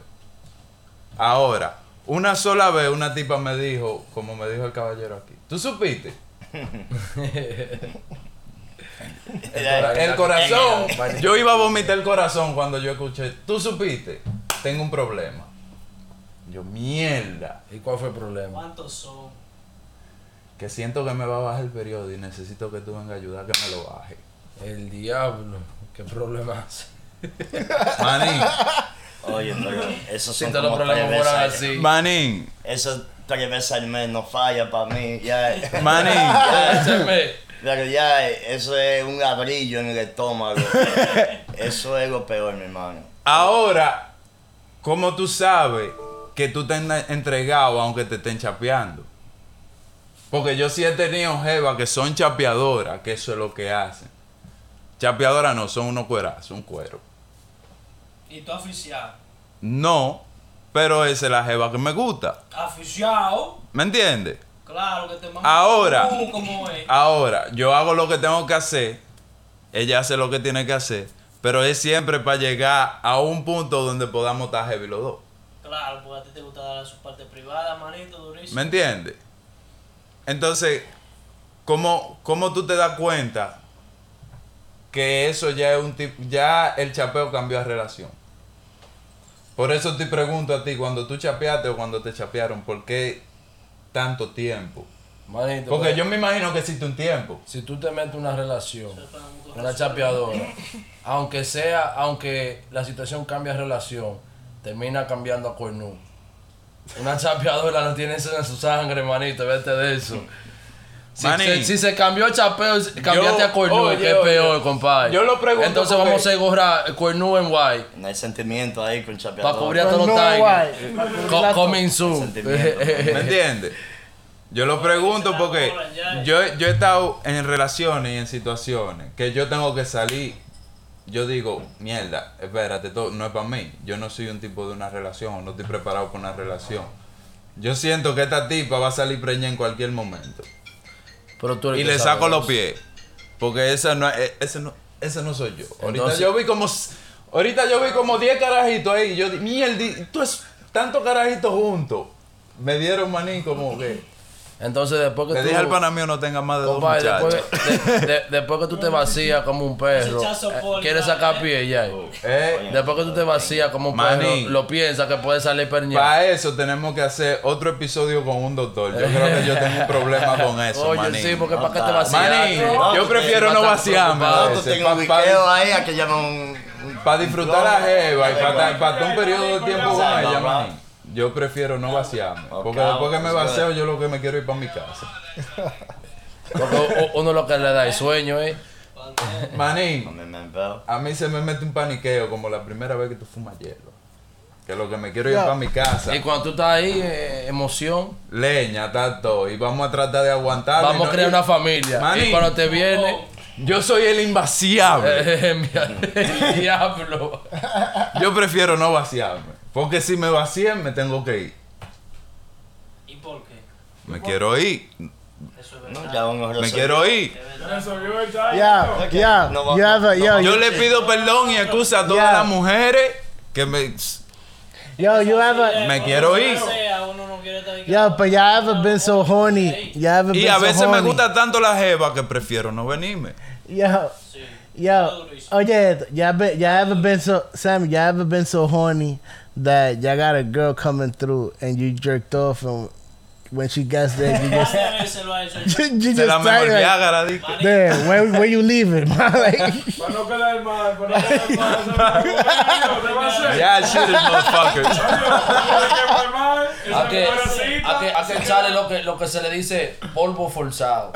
[SPEAKER 2] Ahora, una sola vez una tipa me dijo, como me dijo el caballero aquí, ¿tú supiste? El corazón, yo iba a vomitar el corazón cuando yo escuché, ¿tú supiste? Tengo un problema. Yo, mierda,
[SPEAKER 3] ¿Y cuál fue el problema?
[SPEAKER 4] ¿Cuántos son?
[SPEAKER 2] que siento que me va a bajar el periodo y necesito que tú vengas a ayudar a que me lo baje.
[SPEAKER 3] El diablo. ¿Qué problema hace?
[SPEAKER 2] Manín,
[SPEAKER 5] Oye, pero eso
[SPEAKER 3] Si
[SPEAKER 5] son
[SPEAKER 3] te los
[SPEAKER 5] como tres
[SPEAKER 3] problemas
[SPEAKER 5] veces.
[SPEAKER 3] fueran
[SPEAKER 5] al-
[SPEAKER 3] así.
[SPEAKER 2] manín,
[SPEAKER 5] Eso tres veces al mes no falla para mí. Ya.
[SPEAKER 2] manín.
[SPEAKER 3] Óyeme,
[SPEAKER 5] Pero ya, eso es un ladrillo en el estómago. eso es lo peor, mi hermano.
[SPEAKER 2] Ahora, como tú sabes que tú te has entregado aunque te estén chapeando? Porque yo sí he tenido jevas que son chapeadoras, que eso es lo que hacen. Chapeadoras no, son unos cuerazos, un cuero.
[SPEAKER 4] Y tú aficiado.
[SPEAKER 2] No, pero esa es la jeva que me gusta.
[SPEAKER 4] Aficiado.
[SPEAKER 2] ¿Me entiendes?
[SPEAKER 4] Claro que te mando.
[SPEAKER 2] Ahora.
[SPEAKER 4] Uh, ¿cómo es?
[SPEAKER 2] Ahora, yo hago lo que tengo que hacer, ella hace lo que tiene que hacer, pero es siempre para llegar a un punto donde podamos estar heavy los dos.
[SPEAKER 4] Claro, porque a ti te gusta dar su parte privada, manito, durísimo.
[SPEAKER 2] ¿Me entiendes? Entonces, ¿cómo, ¿cómo tú te das cuenta que eso ya es un tipo, ya el chapeo cambió a relación? Por eso te pregunto a ti, cuando tú chapeaste o cuando te chapearon, ¿por qué tanto tiempo?
[SPEAKER 3] Manito. pues,
[SPEAKER 2] Porque yo me imagino que existe un tiempo.
[SPEAKER 3] Si tú te metes en una relación, una chapeadora, aunque sea, aunque la situación cambie de relación, termina cambiando a cuernú. Una chapeadora no tiene eso en su sangre, manito, vete de eso. Si,
[SPEAKER 2] Manín.
[SPEAKER 3] se, si se cambió a chapeo, si- cambiaste
[SPEAKER 2] Yo-
[SPEAKER 3] a cuernú,
[SPEAKER 2] oye,
[SPEAKER 3] que es
[SPEAKER 2] oye.
[SPEAKER 3] peor, compadre.
[SPEAKER 2] Yo lo pregunto
[SPEAKER 3] Entonces
[SPEAKER 2] porque-
[SPEAKER 3] vamos a gorrar cuernú en white
[SPEAKER 5] No hay sentimiento ahí con
[SPEAKER 3] para
[SPEAKER 5] chapeador.
[SPEAKER 3] cubrir a todos
[SPEAKER 1] No,
[SPEAKER 3] los tigers.
[SPEAKER 1] guay.
[SPEAKER 3] Co- Coming soon.
[SPEAKER 5] Sentimiento.
[SPEAKER 2] ¿Me entiendes? Yo lo pregunto porque yo, yo he estado en relaciones y en situaciones que yo tengo que salir. Yo digo, mierda, espérate, todo no es para mí. Yo no soy un tipo de una relación, o no estoy preparado para una relación. Yo siento que esta tipa va a salir preña en cualquier momento.
[SPEAKER 3] Pero tú eres
[SPEAKER 2] Y
[SPEAKER 3] que
[SPEAKER 2] le
[SPEAKER 3] sabe
[SPEAKER 2] saco los
[SPEAKER 3] eso.
[SPEAKER 2] pies. Porque esa no, eh, ese no, ese no soy yo. ahorita
[SPEAKER 3] Entonces-
[SPEAKER 2] yo vi como s- ahorita yo vi como 10 carajitos ahí. y Yo di, mierda, tú es tantos carajitos juntos. Me dieron maní como que.
[SPEAKER 3] Entonces después que
[SPEAKER 2] Le
[SPEAKER 3] Pues tú...
[SPEAKER 2] dije al pana mío no tenga más de dos
[SPEAKER 3] Compadre,
[SPEAKER 2] muchachos.
[SPEAKER 3] después, de- de- después que tú te vacías como un perro,
[SPEAKER 4] Ese chazo
[SPEAKER 3] eh,
[SPEAKER 4] poli,
[SPEAKER 3] quieres
[SPEAKER 4] vale.
[SPEAKER 3] sacar pie ya.
[SPEAKER 2] Eh,
[SPEAKER 3] Después que tú te vacías como un
[SPEAKER 2] Manín.
[SPEAKER 3] perro, lo piensas que puede salir perñado.
[SPEAKER 2] para eso tenemos que hacer otro episodio con un doctor. Yo creo que yo tengo un problema con eso,
[SPEAKER 3] Oye,
[SPEAKER 2] maní.
[SPEAKER 3] sí, porque para qué te
[SPEAKER 5] está.
[SPEAKER 2] Maní,
[SPEAKER 3] vacías.
[SPEAKER 2] yo prefiero no vaciarme.
[SPEAKER 3] preocupado.
[SPEAKER 2] a
[SPEAKER 5] Yo
[SPEAKER 2] veces,
[SPEAKER 5] tengo un
[SPEAKER 2] pa- pa-
[SPEAKER 5] biqueo ahí a que llama un.
[SPEAKER 2] Para disfrutar la jeva y para estar un periodo de tiempo con
[SPEAKER 5] Exacto,
[SPEAKER 2] ella,
[SPEAKER 5] mamá.
[SPEAKER 2] manín. Yo prefiero no vaciarme. Porque
[SPEAKER 5] Ok,
[SPEAKER 2] después que me
[SPEAKER 5] vamos,
[SPEAKER 2] vaceo, yo lo que me quiero ir para mi casa.
[SPEAKER 3] Porque u- uno lo que le da el sueño, ¿eh?
[SPEAKER 2] Manín,
[SPEAKER 5] Me- me- pero.
[SPEAKER 2] A mí se me mete un paniqueo como la primera vez que tú fumas hielo. Que lo que me quiero ir
[SPEAKER 1] Ya.
[SPEAKER 2] para mi casa.
[SPEAKER 3] Y cuando tú estás ahí, eh, emoción.
[SPEAKER 2] Leña, tanto. Y vamos a tratar de aguantar.
[SPEAKER 3] Vamos a crear una familia.
[SPEAKER 2] Manín.
[SPEAKER 3] Y cuando te viene.
[SPEAKER 2] Yo soy el invaciable.
[SPEAKER 3] eh, mira, el diablo.
[SPEAKER 2] Yo prefiero no vaciarme. Porque si me vacié, me tengo que ir.
[SPEAKER 4] ¿Y por qué?
[SPEAKER 2] Me quiero ir.
[SPEAKER 4] Eso es
[SPEAKER 5] No,
[SPEAKER 4] verdad.
[SPEAKER 5] ya un
[SPEAKER 2] Me quiero ir.
[SPEAKER 4] Es verdad.
[SPEAKER 6] Resolvió el tallo.
[SPEAKER 1] Yeah, yeah,
[SPEAKER 5] No va-
[SPEAKER 1] yeah, the-
[SPEAKER 5] no
[SPEAKER 1] yo,
[SPEAKER 5] va-
[SPEAKER 2] Yo le pido perdón y excusa a todas
[SPEAKER 1] Ya.
[SPEAKER 2] las mujeres que me.
[SPEAKER 1] yo, you
[SPEAKER 4] Eh,
[SPEAKER 1] ever,
[SPEAKER 2] Me
[SPEAKER 4] uno
[SPEAKER 2] quiero
[SPEAKER 4] no
[SPEAKER 2] ir.
[SPEAKER 4] desea, uno no quiere estar
[SPEAKER 1] yo, but you ever been so horny, you ever
[SPEAKER 2] Y
[SPEAKER 1] been
[SPEAKER 2] a
[SPEAKER 1] so
[SPEAKER 2] veces me
[SPEAKER 1] horny.
[SPEAKER 2] gusta tanto la jeva que prefiero no venirme.
[SPEAKER 1] Yo,
[SPEAKER 4] Sí.
[SPEAKER 1] yo, oye, esto, ya, be- ya ever been so, Sam, ya ever been so horny that you got a girl coming through and you jerked off and when she gets there, you just,
[SPEAKER 4] Varias veces lo ha hecho.
[SPEAKER 1] you, you
[SPEAKER 2] Se la
[SPEAKER 1] just tight,
[SPEAKER 2] mejor
[SPEAKER 1] like,
[SPEAKER 2] Viagra, di que-
[SPEAKER 1] damn, where, where you leaving? like,
[SPEAKER 6] Para no quedar mal, para no quedar mal. eso es lo que te va a hacer.
[SPEAKER 2] Yeah, I shoot it, motherfucker.
[SPEAKER 6] Porque fue mal, esa
[SPEAKER 3] A que,
[SPEAKER 6] mujercita.
[SPEAKER 3] a que, a que sale lo que, lo que se le dice polvo forzado.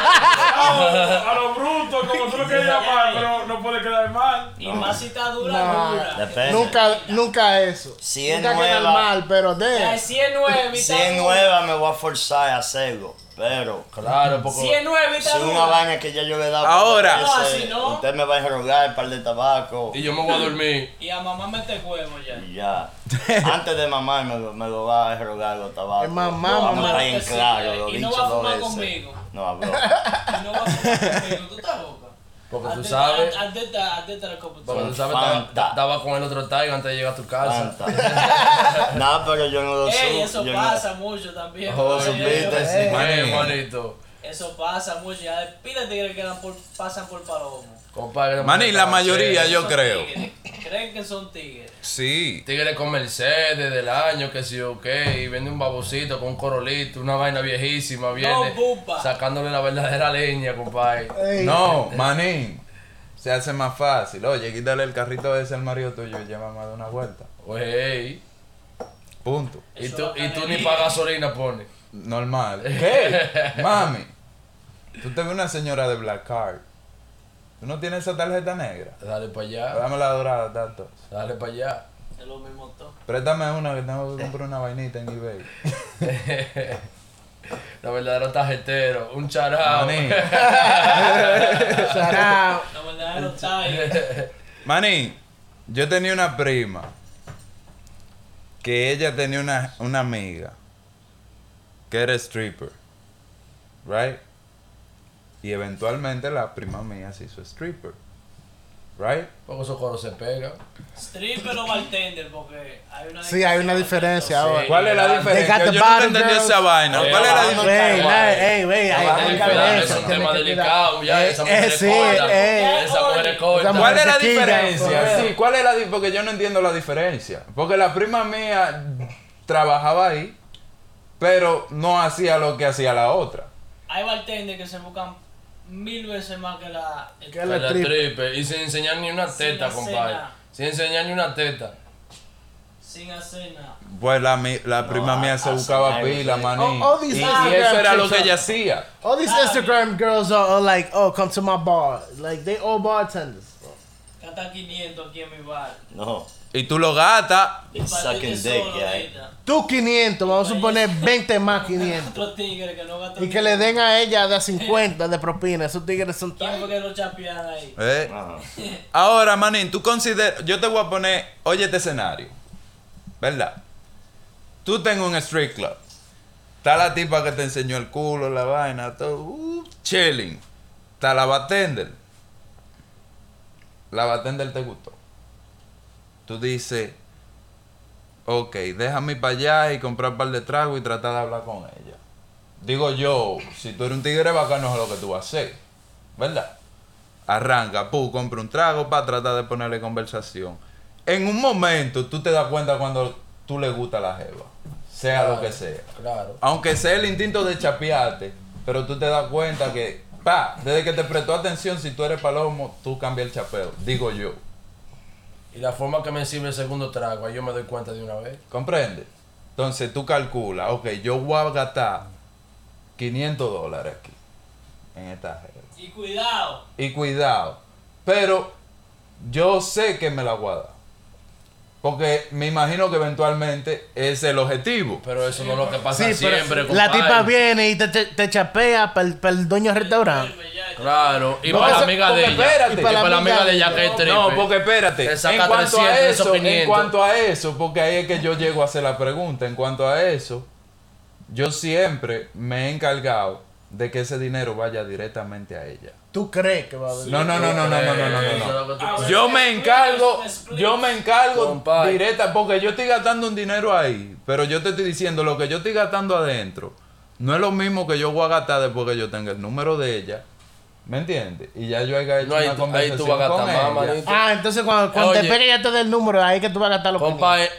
[SPEAKER 6] A lo bruto, como tú lo quieres llamar, pero no puede quedar mal.
[SPEAKER 4] Y más si está dura, dura.
[SPEAKER 5] Depende.
[SPEAKER 1] nunca, nunca eso.
[SPEAKER 5] Si es
[SPEAKER 1] nunca queda
[SPEAKER 5] nueva.
[SPEAKER 1] mal, pero
[SPEAKER 4] Ya,
[SPEAKER 1] damn.
[SPEAKER 4] Si es nueve,
[SPEAKER 5] Si es nueva, me voy a forzar a hacerlo. Pero.
[SPEAKER 3] Claro,
[SPEAKER 4] Si es
[SPEAKER 3] porque.
[SPEAKER 4] nueve,
[SPEAKER 5] Si
[SPEAKER 4] está
[SPEAKER 5] es una
[SPEAKER 4] dura.
[SPEAKER 5] vaina que ya yo le he dado.
[SPEAKER 2] Ahora.
[SPEAKER 5] cuatro
[SPEAKER 4] No,
[SPEAKER 5] veces,
[SPEAKER 4] así no.
[SPEAKER 5] Usted me va a rogar el par de tabaco.
[SPEAKER 3] Y yo me voy a dormir.
[SPEAKER 4] Y a mamá mete huevo ya.
[SPEAKER 5] Y ya. Antes de mamar me, lo- me lo va a rogar los tabacos.
[SPEAKER 1] Es mamá,
[SPEAKER 5] Vamos
[SPEAKER 1] mamá.
[SPEAKER 5] a estar en claro, lo
[SPEAKER 4] Y
[SPEAKER 5] he
[SPEAKER 4] no
[SPEAKER 5] dicho
[SPEAKER 4] va a
[SPEAKER 5] dos
[SPEAKER 4] fumar
[SPEAKER 5] veces.
[SPEAKER 4] conmigo.
[SPEAKER 5] No, bro.
[SPEAKER 4] Y no va a fumar conmigo. ¿Tú estás loca?
[SPEAKER 5] Pues
[SPEAKER 3] Porque tú
[SPEAKER 4] Atenta-
[SPEAKER 3] sabes.
[SPEAKER 4] Atenta atenta a la computadora.
[SPEAKER 3] Porque tú sabes,
[SPEAKER 5] Fanta.
[SPEAKER 3] estaba, estaba con el otro Tiger antes de llegar a tu casa.
[SPEAKER 5] Fanta. no, pero yo no lo
[SPEAKER 4] Ey,
[SPEAKER 5] subo.
[SPEAKER 4] eso
[SPEAKER 5] yo no-
[SPEAKER 4] pasa mucho también.
[SPEAKER 3] Oh,
[SPEAKER 4] Sí,
[SPEAKER 5] supiste,
[SPEAKER 4] sí.
[SPEAKER 5] sí.
[SPEAKER 3] Mané, manito.
[SPEAKER 4] Eso pasa mucho. Ya pila de tigres que dan por- pasan por palomo.
[SPEAKER 3] Compadre.
[SPEAKER 2] Maní, la
[SPEAKER 3] manito,
[SPEAKER 2] mayoría
[SPEAKER 3] sí.
[SPEAKER 2] yo
[SPEAKER 4] Son
[SPEAKER 2] creo.
[SPEAKER 4] tigres. Creen que son tigres.
[SPEAKER 2] Sí.
[SPEAKER 3] Tigre con Mercedes del año, que si yo qué, y vende un babocito con un corolito, una vaina viejísima, viene
[SPEAKER 4] pupa.
[SPEAKER 3] sacándole la verdadera leña, compadre.
[SPEAKER 1] Ey.
[SPEAKER 2] No, manín. Se hace más fácil. Oye, quítale el carrito ese al marido tuyo y lleva más de una vuelta.
[SPEAKER 3] Wey,
[SPEAKER 2] Punto.
[SPEAKER 3] Pues, y
[SPEAKER 4] Eso
[SPEAKER 3] tú,
[SPEAKER 4] va a
[SPEAKER 3] y tú ni
[SPEAKER 4] caer.
[SPEAKER 3] para gasolina pones.
[SPEAKER 2] Normal. ¿Qué? Mami. Tú te ves una señora de Black Card. Tú no tienes esa tarjeta negra.
[SPEAKER 3] Dale para allá,
[SPEAKER 2] Dame la dorada, tanto.
[SPEAKER 3] dale para allá.
[SPEAKER 4] Es lo mismo todo.
[SPEAKER 2] Préstame una que tengo que comprar una vainita en eBay.
[SPEAKER 3] La verdadera tarjetero, un charao.
[SPEAKER 2] Manín.
[SPEAKER 1] Shout out.
[SPEAKER 4] La verdad no está
[SPEAKER 1] eh.
[SPEAKER 4] ahí.
[SPEAKER 2] Manín, yo tenía una prima que ella tenía una, una amiga que era stripper, right? Y eventualmente la prima mía se hizo stripper, right?
[SPEAKER 3] Porque esos coros se pegan.
[SPEAKER 4] Stripper o bartender, porque hay una
[SPEAKER 1] Sí, hay una diferencia ahora.
[SPEAKER 2] ¿Cuál es la
[SPEAKER 3] They
[SPEAKER 2] diferencia?
[SPEAKER 1] got the
[SPEAKER 2] Yo nunca
[SPEAKER 1] bottom
[SPEAKER 2] entendí
[SPEAKER 1] girls.
[SPEAKER 2] esa vaina.
[SPEAKER 3] Eh,
[SPEAKER 2] ¿Cuál es la
[SPEAKER 3] vamos.
[SPEAKER 1] Wey,
[SPEAKER 2] diferencia?
[SPEAKER 3] Guay.
[SPEAKER 1] ey, wey, hay
[SPEAKER 3] Vamos a
[SPEAKER 1] hay
[SPEAKER 3] cuidar,
[SPEAKER 1] diferencia,
[SPEAKER 3] eso es un
[SPEAKER 1] tiene
[SPEAKER 3] tema
[SPEAKER 1] que cuidar.
[SPEAKER 3] delicado, ya, esa mujer
[SPEAKER 1] eh,
[SPEAKER 3] es
[SPEAKER 1] sí,
[SPEAKER 3] corta.
[SPEAKER 1] eh.
[SPEAKER 3] Esa mujer es corta.
[SPEAKER 1] Esa
[SPEAKER 2] ¿Cuál es la
[SPEAKER 1] Mantequilla,
[SPEAKER 2] diferencia?
[SPEAKER 1] joder.
[SPEAKER 2] Sí, ¿cuál es la diferencia? Porque yo no entiendo la diferencia. Porque la prima mía trabajaba ahí, pero no hacía lo que hacía la otra.
[SPEAKER 4] Hay bartenders que se buscan mil veces más que la.
[SPEAKER 1] Que
[SPEAKER 3] Con
[SPEAKER 1] la
[SPEAKER 3] la
[SPEAKER 1] tripa.
[SPEAKER 3] tripe, Y sin enseñar ni una
[SPEAKER 4] Sin
[SPEAKER 3] teta,
[SPEAKER 4] hacer
[SPEAKER 3] compadre.
[SPEAKER 4] nada.
[SPEAKER 3] Sin enseñar ni una teta.
[SPEAKER 4] Sin hacer nada.
[SPEAKER 2] Pues la, mi- la prima mía se
[SPEAKER 5] a- a
[SPEAKER 2] buscaba
[SPEAKER 5] cenar,
[SPEAKER 2] pila,
[SPEAKER 5] sí.
[SPEAKER 2] maní.
[SPEAKER 1] Oh, oh, these
[SPEAKER 2] y, y
[SPEAKER 1] Instagram
[SPEAKER 2] eso era lo
[SPEAKER 1] chicks
[SPEAKER 2] que
[SPEAKER 1] are-
[SPEAKER 2] ella hacía.
[SPEAKER 1] All these Instagram girls are, are like, oh, come to my bar. Like, they all bartenders.
[SPEAKER 4] Que hasta 500 aquí en mi bar.
[SPEAKER 5] No.
[SPEAKER 2] Y tú lo gata.
[SPEAKER 4] Y
[SPEAKER 5] It's
[SPEAKER 4] partiste
[SPEAKER 5] sucking dick,
[SPEAKER 4] solo
[SPEAKER 5] yeah.
[SPEAKER 4] ahorita.
[SPEAKER 1] Tú 500, vamos a suponer 20 más 500.
[SPEAKER 4] Otro tigre que no gastó
[SPEAKER 1] Y que le den a ella de 50 de propina. Esos tigres son
[SPEAKER 4] ¿Quién
[SPEAKER 1] tan...
[SPEAKER 4] fue que lo chapearon ahí?
[SPEAKER 2] ¿eh?
[SPEAKER 5] Ajá.
[SPEAKER 2] Ahora, manín, tú consideras. Yo te voy a poner. Oye, este escenario. ¿Verdad? Tú tengo un street club. Está la tipa que te enseñó el culo, la vaina, todo. uh, chilling. Está la bartender. La bartender te gustó. Tú dices. Ok, déjame ir para allá y comprar un par de tragos y tratar de hablar con ella. Digo yo, si tú eres un tigre bacano es lo que tú vas a hacer. ¿Verdad? Arranca, pu, compra un trago para tratar de ponerle conversación. En un momento tú te das cuenta cuando tú le gusta la jeva, sea lo que sea.
[SPEAKER 3] Claro.
[SPEAKER 2] Aunque sea el instinto de chapearte, pero tú te das cuenta que, pa, desde que te prestó atención, si tú eres palomo, tú cambias el chapeo. Digo yo,
[SPEAKER 3] Y la forma que me sirve el segundo trago, ahí yo me doy cuenta de una vez.
[SPEAKER 2] ¿comprende? Entonces tú calculas, ok, yo voy a gastar 500 dólares aquí, en esta jeva.
[SPEAKER 4] Y cuidado.
[SPEAKER 2] Y cuidado, Pero yo sé que me la guada. Porque me imagino que eventualmente es el objetivo.
[SPEAKER 3] Pero eso no es lo que pasa siempre,
[SPEAKER 1] La
[SPEAKER 3] compadre.
[SPEAKER 1] tipa viene y te, te, te chapea para el, dueño del restaurante.
[SPEAKER 3] Claro, y
[SPEAKER 2] No,
[SPEAKER 3] para la
[SPEAKER 2] eso-
[SPEAKER 3] amiga de
[SPEAKER 2] porque
[SPEAKER 3] ella.
[SPEAKER 2] espérate.
[SPEAKER 3] y para la amiga de ella que es triple.
[SPEAKER 2] No, porque espérate.
[SPEAKER 3] Te saca
[SPEAKER 2] En cuanto
[SPEAKER 3] 300,
[SPEAKER 2] a eso,
[SPEAKER 3] esos
[SPEAKER 2] en
[SPEAKER 3] 500.
[SPEAKER 2] cuanto a eso, porque ahí es que yo llego a hacer la pregunta. En cuanto a eso, yo siempre me he encargado de que ese dinero vaya directamente a ella.
[SPEAKER 1] ¿Tú crees que va a haber?
[SPEAKER 2] No, no, no, no, no, no, no, no,
[SPEAKER 3] Eso es
[SPEAKER 2] no.
[SPEAKER 3] lo que tú
[SPEAKER 4] Ah,
[SPEAKER 3] crees.
[SPEAKER 2] Yo me encargo, yo me encargo
[SPEAKER 3] Compadre.
[SPEAKER 2] directa, porque yo estoy gastando un dinero ahí, pero yo te estoy diciendo lo que yo estoy gastando adentro. No es lo mismo que yo voy a gastar después que yo tenga el número de ella. ¿Me entiendes? Y ya yo haya hecho
[SPEAKER 3] No, ahí
[SPEAKER 2] una
[SPEAKER 3] tú- ahí
[SPEAKER 2] conversación
[SPEAKER 3] tú vas a
[SPEAKER 2] con
[SPEAKER 3] gastar más,
[SPEAKER 2] ella.
[SPEAKER 3] manito.
[SPEAKER 1] Ah, entonces cuando, cuando te
[SPEAKER 3] Oye.
[SPEAKER 1] pegue ya te dé el número, ahí que tú vas a gastar los
[SPEAKER 3] Compa, eh,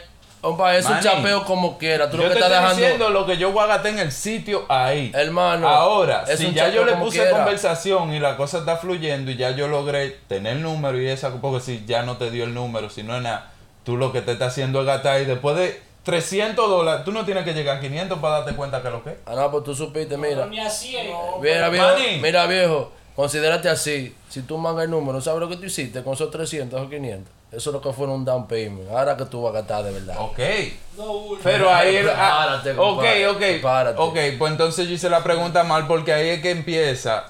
[SPEAKER 3] compa, es un
[SPEAKER 2] Manín.
[SPEAKER 3] chapeo como quiera. Tú
[SPEAKER 2] Yo
[SPEAKER 3] lo que
[SPEAKER 2] te
[SPEAKER 3] estás
[SPEAKER 2] estoy
[SPEAKER 3] dejando.
[SPEAKER 2] diciendo lo que yo voy a gastar en el sitio ahí.
[SPEAKER 3] Hermano,
[SPEAKER 2] Ahora,
[SPEAKER 3] es
[SPEAKER 2] si
[SPEAKER 3] un
[SPEAKER 2] ya yo
[SPEAKER 3] chapeo
[SPEAKER 2] le
[SPEAKER 3] como
[SPEAKER 2] puse
[SPEAKER 3] quiera.
[SPEAKER 2] conversación y la cosa está fluyendo y ya yo logré tener el número y esa, porque si ya no te dio el número, si no es nada, tú lo que te estás haciendo es gastar y después de 300 dólares, tú no tienes que llegar a 500 para darte cuenta que lo que es.
[SPEAKER 3] Ah, no, pues tú supiste, mira.
[SPEAKER 4] Ni así es.
[SPEAKER 3] Mira, viejo,
[SPEAKER 2] Manín.
[SPEAKER 3] mira, viejo, considérate así. Si tú mangas el número, ¿sabes lo que tú hiciste con esos 300 o 500? Eso es lo que fue un down payment. Ahora que tú vas a gastar de verdad.
[SPEAKER 2] Ok.
[SPEAKER 4] No, uno.
[SPEAKER 2] Pero ahí. ah,
[SPEAKER 3] Prepárate,
[SPEAKER 2] ok,
[SPEAKER 3] compadre,
[SPEAKER 2] ok.
[SPEAKER 3] prepárate.
[SPEAKER 2] Ok, pues entonces yo hice la pregunta mal porque ahí es que empieza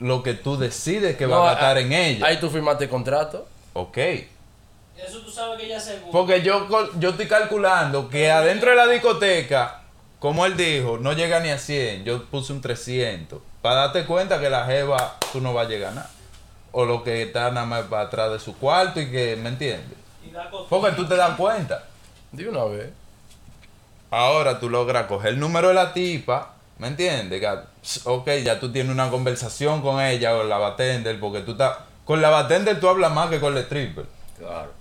[SPEAKER 2] lo que tú decides que
[SPEAKER 3] No,
[SPEAKER 2] vas a gastar
[SPEAKER 3] ah,
[SPEAKER 2] en ella.
[SPEAKER 3] Ahí tú firmaste el contrato.
[SPEAKER 2] Ok.
[SPEAKER 4] Eso tú sabes que ella es seguro.
[SPEAKER 2] Porque yo, col- yo estoy calculando que adentro de la discoteca, como él dijo, no llega ni a 100. Yo puse un 300. Para darte cuenta que la jeva, tú no vas a llegar a nada. O lo que está nada más para atrás de su cuarto y que, ¿me entiendes?
[SPEAKER 4] Y da costo.
[SPEAKER 2] Porque tú te das cuenta.
[SPEAKER 3] De una vez.
[SPEAKER 2] Ahora tú logras coger el número de la tipa, ¿me entiendes? Que, ps, Ok, ya tú tienes una conversación con ella o la bartender, porque tú estás... Con la bartender tú hablas más que con el stripper.
[SPEAKER 3] Claro.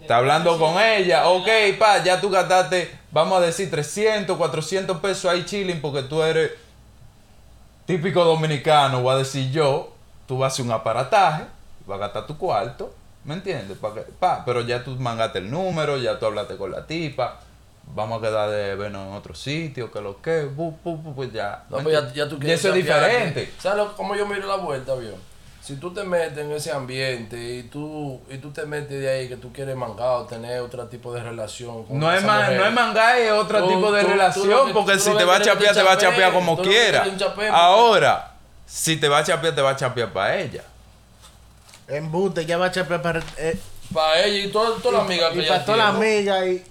[SPEAKER 2] Está hablando con ella, ok, pa, ya tú gastaste, vamos a decir, 300, 400 pesos ahí chilling porque tú eres típico dominicano, voy a decir yo, tú vas a hacer un aparataje, vas a gastar tu cuarto, ¿me entiendes? Pa, que- pa, pero ya tú mangaste el número, ya tú hablaste con la tipa, vamos a quedar de vernos en otro sitio, que lo que, bu, bu, bu, pues ya.
[SPEAKER 3] No,
[SPEAKER 2] ¿me
[SPEAKER 3] pues ya,
[SPEAKER 2] entiendes?
[SPEAKER 3] ya tú ¿eh?
[SPEAKER 2] y eso es
[SPEAKER 3] chapearte.
[SPEAKER 2] diferente.
[SPEAKER 3] ¿Sabes lo- cómo yo miro la vuelta, viejo? Si tú te metes en ese ambiente y tú, y tú te metes de ahí que tú quieres mangar o tener otro tipo de relación. con
[SPEAKER 2] No es,
[SPEAKER 3] esa
[SPEAKER 2] man,
[SPEAKER 3] mujer,
[SPEAKER 2] no es mangá, es otro
[SPEAKER 3] Tú-
[SPEAKER 2] tipo de
[SPEAKER 3] tú- tú
[SPEAKER 2] relación,
[SPEAKER 3] lo que-
[SPEAKER 2] porque
[SPEAKER 3] tú
[SPEAKER 2] si
[SPEAKER 3] lo
[SPEAKER 2] te
[SPEAKER 3] que
[SPEAKER 2] va a
[SPEAKER 3] quieres
[SPEAKER 2] chapear,
[SPEAKER 3] es
[SPEAKER 2] te va a
[SPEAKER 3] chapeo,
[SPEAKER 2] chapear como
[SPEAKER 3] tú lo que
[SPEAKER 2] quiera.
[SPEAKER 3] quieres es un chapeo, porque-
[SPEAKER 2] Ahora, si te va a chapear, te va a chapear para ella.
[SPEAKER 3] eh.
[SPEAKER 1] Embute, ya va a chapear para. eh,
[SPEAKER 3] Para ella y todas todas las amigas que
[SPEAKER 1] y
[SPEAKER 3] ella
[SPEAKER 1] para toda la
[SPEAKER 3] tiene.
[SPEAKER 1] amiga y.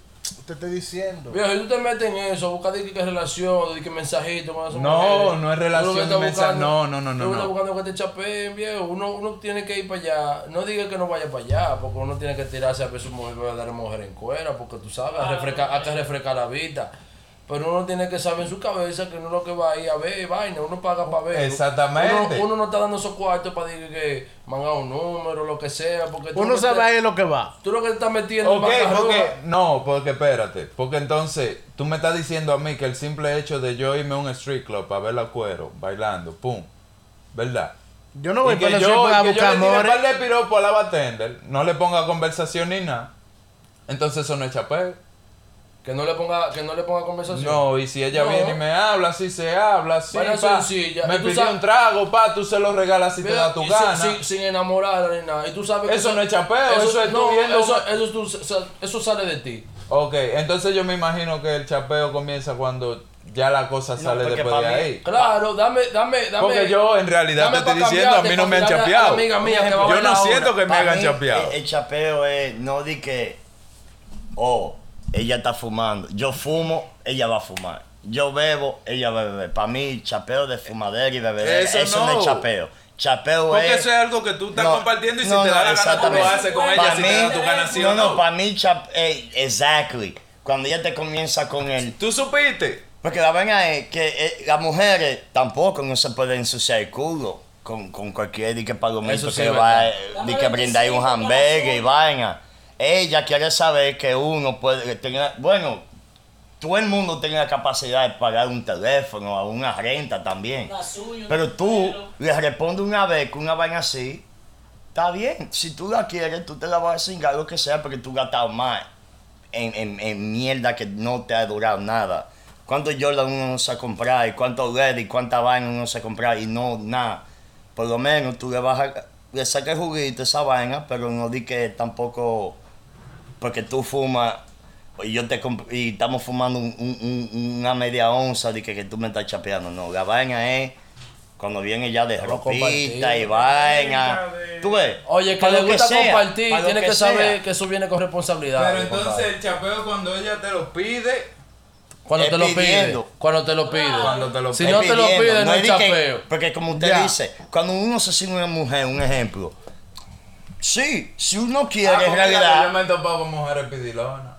[SPEAKER 1] Te estoy diciendo.
[SPEAKER 3] Viejo, si tú te metes en eso, busca de que, que relación, de que mensajito con esas
[SPEAKER 2] No,
[SPEAKER 3] mujeres.
[SPEAKER 2] no es
[SPEAKER 3] Tú lo
[SPEAKER 2] relación
[SPEAKER 3] que estás
[SPEAKER 2] ni mensa-
[SPEAKER 3] buscando-
[SPEAKER 2] no, no, no,
[SPEAKER 3] tú
[SPEAKER 2] no,
[SPEAKER 3] lo que estás
[SPEAKER 2] no.
[SPEAKER 3] buscando es que te chapeen, viejo. Uno, uno tiene que ir para allá. No diga que no vaya para allá, porque uno tiene que tirarse a ver su mujer, a dar mujer en cuera, porque tú sabes, a refrescar, hay que refrescar la vida. Pero uno tiene que saber en su cabeza que no es lo que va a ir a ver, vaina, uno paga para ver.
[SPEAKER 2] Exactamente.
[SPEAKER 3] Uno, uno no está dando esos cuartos para decir que manga un número, lo que sea, porque tú lo
[SPEAKER 1] Uno
[SPEAKER 3] que
[SPEAKER 1] sabe
[SPEAKER 3] te-
[SPEAKER 1] ahí lo que va.
[SPEAKER 3] Tú lo que te estás metiendo en
[SPEAKER 2] Ok,
[SPEAKER 3] vaca
[SPEAKER 2] porque,
[SPEAKER 3] roja.
[SPEAKER 2] no, porque espérate, porque entonces tú me estás diciendo a mí que el simple hecho de yo irme a un street club para ver a cuero, bailando, pum, ¿verdad?
[SPEAKER 1] Yo no
[SPEAKER 2] Y
[SPEAKER 1] voy
[SPEAKER 2] que
[SPEAKER 1] para
[SPEAKER 2] yo,
[SPEAKER 1] los sitios a
[SPEAKER 2] y que yo
[SPEAKER 1] buscar
[SPEAKER 2] le tire
[SPEAKER 1] amores.
[SPEAKER 2] par de piropo a la bartender, no le ponga conversación ni nada, entonces eso no es chapeo.
[SPEAKER 3] Que no le ponga, que no le ponga conversación.
[SPEAKER 2] No, y si ella
[SPEAKER 3] No.
[SPEAKER 2] viene y me habla, así se habla, así,
[SPEAKER 3] Bueno,
[SPEAKER 2] pa,
[SPEAKER 3] sencilla.
[SPEAKER 2] me
[SPEAKER 3] Y tú
[SPEAKER 2] pidió
[SPEAKER 3] sabes-
[SPEAKER 2] un trago, pa, tú se lo regalas si te da
[SPEAKER 3] Y
[SPEAKER 2] tu
[SPEAKER 3] sin-
[SPEAKER 2] gana.
[SPEAKER 3] Sin, sin enamorar ni nada. Y tú sabes que
[SPEAKER 2] Eso no es chapeo, eso es tú viendo-
[SPEAKER 3] Eso, eso es tú- sa- eso sale de ti.
[SPEAKER 2] Ok, entonces yo me imagino que el chapeo comienza cuando ya la cosa sale
[SPEAKER 5] porque
[SPEAKER 2] después
[SPEAKER 5] pa'
[SPEAKER 2] de
[SPEAKER 5] mí-
[SPEAKER 2] ahí.
[SPEAKER 3] Claro, dame, dame, dame.
[SPEAKER 2] Porque yo en realidad
[SPEAKER 3] dame
[SPEAKER 2] te estoy
[SPEAKER 3] pa'
[SPEAKER 2] diciendo, a mí
[SPEAKER 3] cambiarte,
[SPEAKER 2] no me han
[SPEAKER 3] pa' tirarle a la
[SPEAKER 2] chapeado.
[SPEAKER 3] amiga mía que va a
[SPEAKER 2] Yo no
[SPEAKER 3] bailar ahora.
[SPEAKER 2] siento que me
[SPEAKER 5] Pa'
[SPEAKER 2] hagan
[SPEAKER 5] mí, eh,
[SPEAKER 2] chapeado.
[SPEAKER 5] El, el chapeo es, no di que, oh, ella está fumando. Yo fumo, ella va a fumar. Yo bebo, ella va a beber. Para mí, chapeo de fumadera y bebedera,
[SPEAKER 2] Eso
[SPEAKER 5] eso, no.
[SPEAKER 2] no.
[SPEAKER 5] es chapeo. Chapeo
[SPEAKER 2] Porque
[SPEAKER 5] es...
[SPEAKER 2] eso es algo que tú estás
[SPEAKER 5] No,
[SPEAKER 2] compartiendo y si
[SPEAKER 5] no,
[SPEAKER 2] te
[SPEAKER 5] no,
[SPEAKER 2] da la gana tú lo
[SPEAKER 5] exactamente.
[SPEAKER 2] haces con
[SPEAKER 4] Pa'
[SPEAKER 2] ella, si
[SPEAKER 5] mí-
[SPEAKER 2] te da tu gana sí o
[SPEAKER 5] No, no,
[SPEAKER 2] no.
[SPEAKER 5] para mí, chap- eh, exactly. Cuando ella te comienza con el...
[SPEAKER 2] Tú supiste.
[SPEAKER 5] Porque la vaina es que eh, las mujeres tampoco no se pueden ensuciar el culo con, con cualquier di que palomito
[SPEAKER 3] Eso sí
[SPEAKER 5] que
[SPEAKER 3] es
[SPEAKER 5] va,
[SPEAKER 3] verdad.
[SPEAKER 5] eh, di
[SPEAKER 4] Dame
[SPEAKER 5] que brinda ahí un
[SPEAKER 4] 25
[SPEAKER 5] hamburger y
[SPEAKER 4] corazón.
[SPEAKER 5] vaina. Ella quiere saber que uno puede tener, bueno, todo el mundo tiene la capacidad de pagar un teléfono, a una renta también.
[SPEAKER 4] Una suya,
[SPEAKER 5] Pero
[SPEAKER 4] un
[SPEAKER 5] tú
[SPEAKER 4] pelo.
[SPEAKER 5] le respondes una vez con una vaina así, está bien. Si tú la quieres, tú te la vas a cingar lo que sea, porque tú gastas más en, en- en mierda que no te ha durado nada. ¿Cuántos Jordan uno no se ha comprado? ¿Y cuántos LED y cuánta vaina uno se ha comprado? Y no, nada. Por lo menos tú le vas a le saqué juguito a esa vaina, pero no di que tampoco, porque tú fumas y yo te comp- y estamos fumando un- un- un- una media onza, di que, que tú me estás chapeando. No, la vaina es cuando viene ya de
[SPEAKER 3] Estamos
[SPEAKER 5] ropita y
[SPEAKER 3] compartiendo.
[SPEAKER 5] vaina.
[SPEAKER 6] De-
[SPEAKER 5] Tú ves,
[SPEAKER 3] Oye, que
[SPEAKER 5] para
[SPEAKER 3] le
[SPEAKER 5] lo
[SPEAKER 3] gusta
[SPEAKER 5] sea,
[SPEAKER 3] compartir,
[SPEAKER 5] para lo
[SPEAKER 3] tiene que, saber
[SPEAKER 5] sea.
[SPEAKER 3] que eso viene con responsabilidad.
[SPEAKER 2] Pero
[SPEAKER 3] compadre.
[SPEAKER 2] entonces el chapeo cuando ella te lo pide,
[SPEAKER 3] cuando
[SPEAKER 5] es
[SPEAKER 3] te lo pide,
[SPEAKER 5] pidiendo.
[SPEAKER 3] cuando te lo pide.
[SPEAKER 2] cuando te lo Ah,
[SPEAKER 3] Si
[SPEAKER 2] pide.
[SPEAKER 3] no te lo
[SPEAKER 5] pidiendo,
[SPEAKER 3] piden, no
[SPEAKER 5] es
[SPEAKER 3] es
[SPEAKER 5] de que-
[SPEAKER 3] chapeo.
[SPEAKER 5] Porque como usted
[SPEAKER 1] Ya.
[SPEAKER 5] dice, cuando uno se sigue una mujer, un ejemplo, sí, si uno quiere
[SPEAKER 2] Ah,
[SPEAKER 5] en
[SPEAKER 2] con ella que yo
[SPEAKER 5] realidad,
[SPEAKER 2] me he topado con mujeres pidilonas.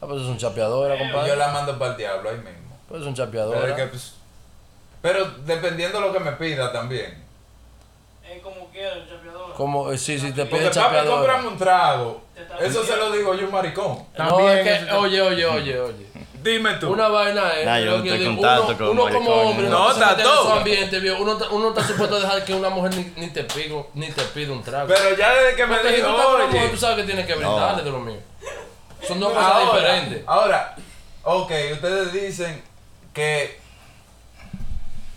[SPEAKER 3] Ah, pues es un chapeadora,
[SPEAKER 2] Yo
[SPEAKER 3] compadre.
[SPEAKER 2] la mando para el diablo ahí mismo.
[SPEAKER 3] Pues es un
[SPEAKER 2] Pero, es que,
[SPEAKER 3] chapeadora.
[SPEAKER 2] pues, pero dependiendo de lo que me pida también.
[SPEAKER 4] Es como quiera, el chapeador.
[SPEAKER 3] Como, eh, sí, si te
[SPEAKER 2] Porque
[SPEAKER 3] pide
[SPEAKER 2] papi,
[SPEAKER 3] chapeadora.
[SPEAKER 2] cómprame un trago.
[SPEAKER 4] Te está
[SPEAKER 2] Eso se lo digo yo, maricón.
[SPEAKER 3] No,
[SPEAKER 1] También
[SPEAKER 3] es
[SPEAKER 1] eso
[SPEAKER 3] que,
[SPEAKER 1] está-
[SPEAKER 3] oye, oye, oye, oye.
[SPEAKER 2] Dime tú.
[SPEAKER 3] Una vaina es.
[SPEAKER 5] Nah, yo
[SPEAKER 3] lo
[SPEAKER 5] no
[SPEAKER 3] que
[SPEAKER 5] estoy en
[SPEAKER 3] digo,
[SPEAKER 5] contacto
[SPEAKER 3] uno,
[SPEAKER 5] con
[SPEAKER 3] uno como
[SPEAKER 5] maricones,
[SPEAKER 3] hombre,
[SPEAKER 2] no.
[SPEAKER 3] no,
[SPEAKER 2] No,
[SPEAKER 3] se mete en
[SPEAKER 2] tato.
[SPEAKER 3] su ambiente, viejo. Uno, ta- uno está supuesto a dejar que una mujer ni, ni te pido, ni te pida un trago.
[SPEAKER 2] Pero ya desde que me
[SPEAKER 3] Porque si
[SPEAKER 2] dijo,
[SPEAKER 3] tú estás con una mujer,
[SPEAKER 2] oye.
[SPEAKER 3] tú sabes que tienes que brindarle de lo mío. Son dos cosas
[SPEAKER 2] Ahora,
[SPEAKER 3] diferentes.
[SPEAKER 2] ahora, ok, ustedes dicen que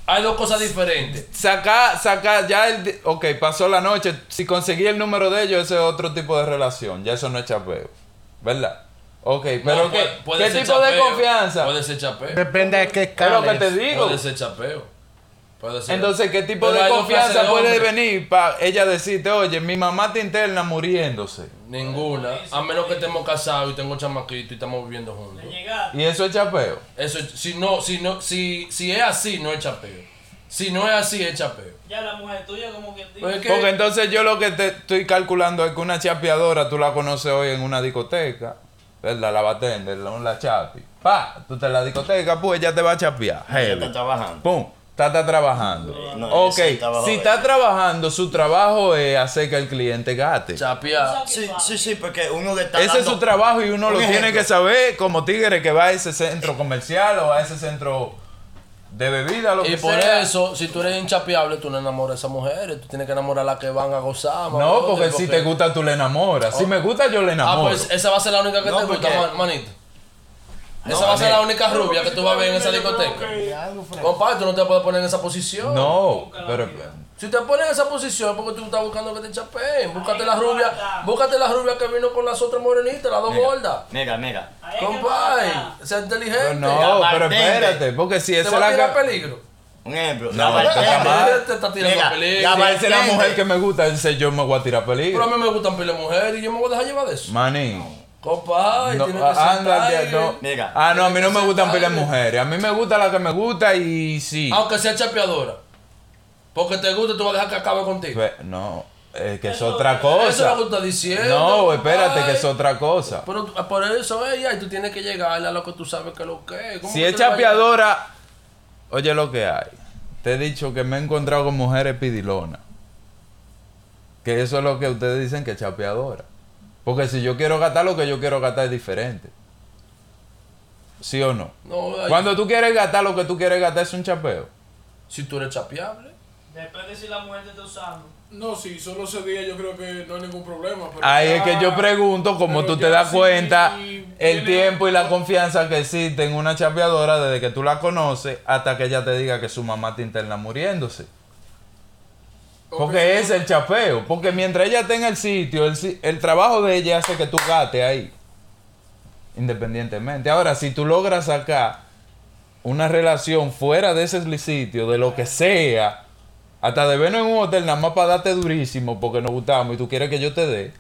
[SPEAKER 3] Hay dos cosas diferentes.
[SPEAKER 2] saca, saca, ya el, di- ok, pasó la noche, si conseguí el número de ellos, ese es otro tipo de relación, ya eso no es chapeo, ¿verdad? Ok, pero
[SPEAKER 3] No,
[SPEAKER 2] ¿qué,
[SPEAKER 3] puede- puede
[SPEAKER 2] qué
[SPEAKER 3] ser
[SPEAKER 2] tipo de
[SPEAKER 3] chapeo,
[SPEAKER 2] confianza?
[SPEAKER 3] Puede ser chapeo.
[SPEAKER 1] Depende de qué
[SPEAKER 2] Es lo que
[SPEAKER 1] escala.
[SPEAKER 2] te
[SPEAKER 1] es.
[SPEAKER 2] digo.
[SPEAKER 3] Puede ser chapeo. Puede ser.
[SPEAKER 2] Entonces, ¿qué tipo
[SPEAKER 3] Pero
[SPEAKER 2] de
[SPEAKER 3] hay dos clases
[SPEAKER 2] confianza
[SPEAKER 3] de
[SPEAKER 2] puede
[SPEAKER 3] hombres.
[SPEAKER 2] venir para ella decirte, oye, mi mamá está interna muriéndose?
[SPEAKER 3] Ninguna. A menos que estemos casados y tengo chamaquito y estamos viviendo juntos.
[SPEAKER 4] De llegar.
[SPEAKER 2] Y eso es chapeo.
[SPEAKER 3] Eso, es- si no, si no, si, si es así, no es chapeo. Si no es así, es chapeo.
[SPEAKER 4] Ya la mujer tuya como que dice,
[SPEAKER 3] Pero es que-
[SPEAKER 2] Porque entonces yo lo que te estoy calculando es que una chapeadora tú la conoces hoy en una discoteca, ¿verdad? La bartender, la, la chapi. Pa, tú te la discoteca, pues ella te va a chapear.
[SPEAKER 5] ya
[SPEAKER 2] heavy.
[SPEAKER 5] está trabajando.
[SPEAKER 2] Pum, está, está trabajando.
[SPEAKER 5] No,
[SPEAKER 2] ok,
[SPEAKER 5] ese es el trabajo
[SPEAKER 2] si
[SPEAKER 5] de
[SPEAKER 2] está
[SPEAKER 5] ella.
[SPEAKER 2] trabajando, su trabajo es hacer que el cliente gaste.
[SPEAKER 3] Chapea.
[SPEAKER 4] "Tú
[SPEAKER 5] Sí,
[SPEAKER 4] sabes
[SPEAKER 5] sí,
[SPEAKER 4] que
[SPEAKER 5] sí, porque uno le está
[SPEAKER 2] Ese es
[SPEAKER 5] dando-
[SPEAKER 2] su trabajo y uno
[SPEAKER 5] Un
[SPEAKER 2] lo tiene
[SPEAKER 5] ejemplo.
[SPEAKER 2] que saber como tigre que va a ese centro comercial o a ese centro de bebida, lo
[SPEAKER 3] Y
[SPEAKER 2] que
[SPEAKER 3] por
[SPEAKER 2] sea.
[SPEAKER 3] eso, si tú eres inchapeable, tú no enamoras a esas mujeres. Tú tienes que enamorar a las que van a gozar.
[SPEAKER 2] No, porque si te gusta tú le enamoras. Si me gusta yo le
[SPEAKER 3] Ah,
[SPEAKER 2] enamoro.
[SPEAKER 3] pues esa va a ser la única que
[SPEAKER 5] No,
[SPEAKER 3] te gusta,
[SPEAKER 5] porque-
[SPEAKER 3] man- manito. esa va a ser la única rubia que tú vas a ver en esa discoteca. Compadre, tú no te puedes poner en esa posición. oh.
[SPEAKER 2] No, pero
[SPEAKER 3] Si te pones en esa posición es porque tú estás buscando que te chapeen. Búscate la rubia, búscate la rubia que vino con las otras morenitas, las dos gordas.
[SPEAKER 5] Mira, mira.
[SPEAKER 4] Ahí es que
[SPEAKER 3] Compadre,
[SPEAKER 4] no está.
[SPEAKER 3] sea
[SPEAKER 2] pero
[SPEAKER 3] inteligente.
[SPEAKER 2] Pues no,
[SPEAKER 5] la
[SPEAKER 2] pero
[SPEAKER 5] bartender.
[SPEAKER 2] espérate, porque si
[SPEAKER 3] te
[SPEAKER 2] esa
[SPEAKER 3] va a
[SPEAKER 2] es la
[SPEAKER 3] tirar
[SPEAKER 2] ca-
[SPEAKER 3] peligro.
[SPEAKER 5] Un ejemplo.
[SPEAKER 2] No,
[SPEAKER 5] la
[SPEAKER 2] está
[SPEAKER 5] bartender.
[SPEAKER 2] mal.
[SPEAKER 3] Te está tirando
[SPEAKER 5] Mira,
[SPEAKER 3] peligro.
[SPEAKER 5] la
[SPEAKER 2] si esa es la
[SPEAKER 5] bartender.
[SPEAKER 2] mujer que me gusta, dice yo me voy a tirar
[SPEAKER 3] Pero a
[SPEAKER 2] peligro.
[SPEAKER 3] mí me gustan pile mujeres y yo me voy a dejar llevar de eso.
[SPEAKER 2] Manín.
[SPEAKER 3] Compadre,
[SPEAKER 2] No,
[SPEAKER 3] tienes que
[SPEAKER 2] ah, anda,
[SPEAKER 3] sentar,
[SPEAKER 2] ya, no.
[SPEAKER 3] eh.
[SPEAKER 5] Mira.
[SPEAKER 2] Ah, no, a mí no me gustan
[SPEAKER 3] sentar.
[SPEAKER 2] pelas mujeres. A mí me gusta la que me gusta y sí.
[SPEAKER 3] Aunque sea chapeadora. Porque te gusta, tú vas a dejar que acabe contigo.
[SPEAKER 2] Fe- No, es que es
[SPEAKER 4] Eso-
[SPEAKER 2] otra
[SPEAKER 3] Eso es
[SPEAKER 2] cosa.
[SPEAKER 3] lo que tú estás diciendo.
[SPEAKER 2] No, espérate, que
[SPEAKER 3] compadre.
[SPEAKER 2] es otra cosa.
[SPEAKER 3] Pero tú- ah, por eso, ella, y tú tienes que llegarle a lo que tú sabes que es lo que es. ¿Cómo
[SPEAKER 2] Si
[SPEAKER 3] que
[SPEAKER 2] es
[SPEAKER 3] tú le vas a llegar?
[SPEAKER 2] chapeadora, oye lo que hay. Te he dicho que me he encontrado con mujeres pidilonas. Que eso es lo que ustedes dicen que es chapeadora. Porque si yo quiero gastar, lo que yo quiero gastar es diferente. ¿Sí o no?
[SPEAKER 3] No, ay,
[SPEAKER 2] Cuando tú quieres gastar, lo que tú quieres gastar es un chapeo.
[SPEAKER 3] Si tú eres chapeable.
[SPEAKER 4] Depende si la mujer te está usando.
[SPEAKER 6] No, sí, solo ese día yo creo que no hay ningún problema. pero
[SPEAKER 2] Ahí
[SPEAKER 6] ya-
[SPEAKER 2] es que yo pregunto, como
[SPEAKER 6] pero
[SPEAKER 2] tú
[SPEAKER 6] ya
[SPEAKER 2] te das
[SPEAKER 6] sí
[SPEAKER 2] cuenta, el
[SPEAKER 6] tiene-
[SPEAKER 2] tiempo y la confianza que existe en una chapeadora desde que tú la conoces hasta que ella te diga que su mamá te interna muriéndose. Porque es el chapeo. Porque mientras ella esté en el sitio, el, si- el trabajo de ella hace que tú gates ahí. Independientemente. Ahora, si tú logras sacar una relación fuera de ese sitio, de lo que sea, hasta de vernos en un hotel, nada más para darte durísimo porque nos gustamos y tú quieres que yo te dé,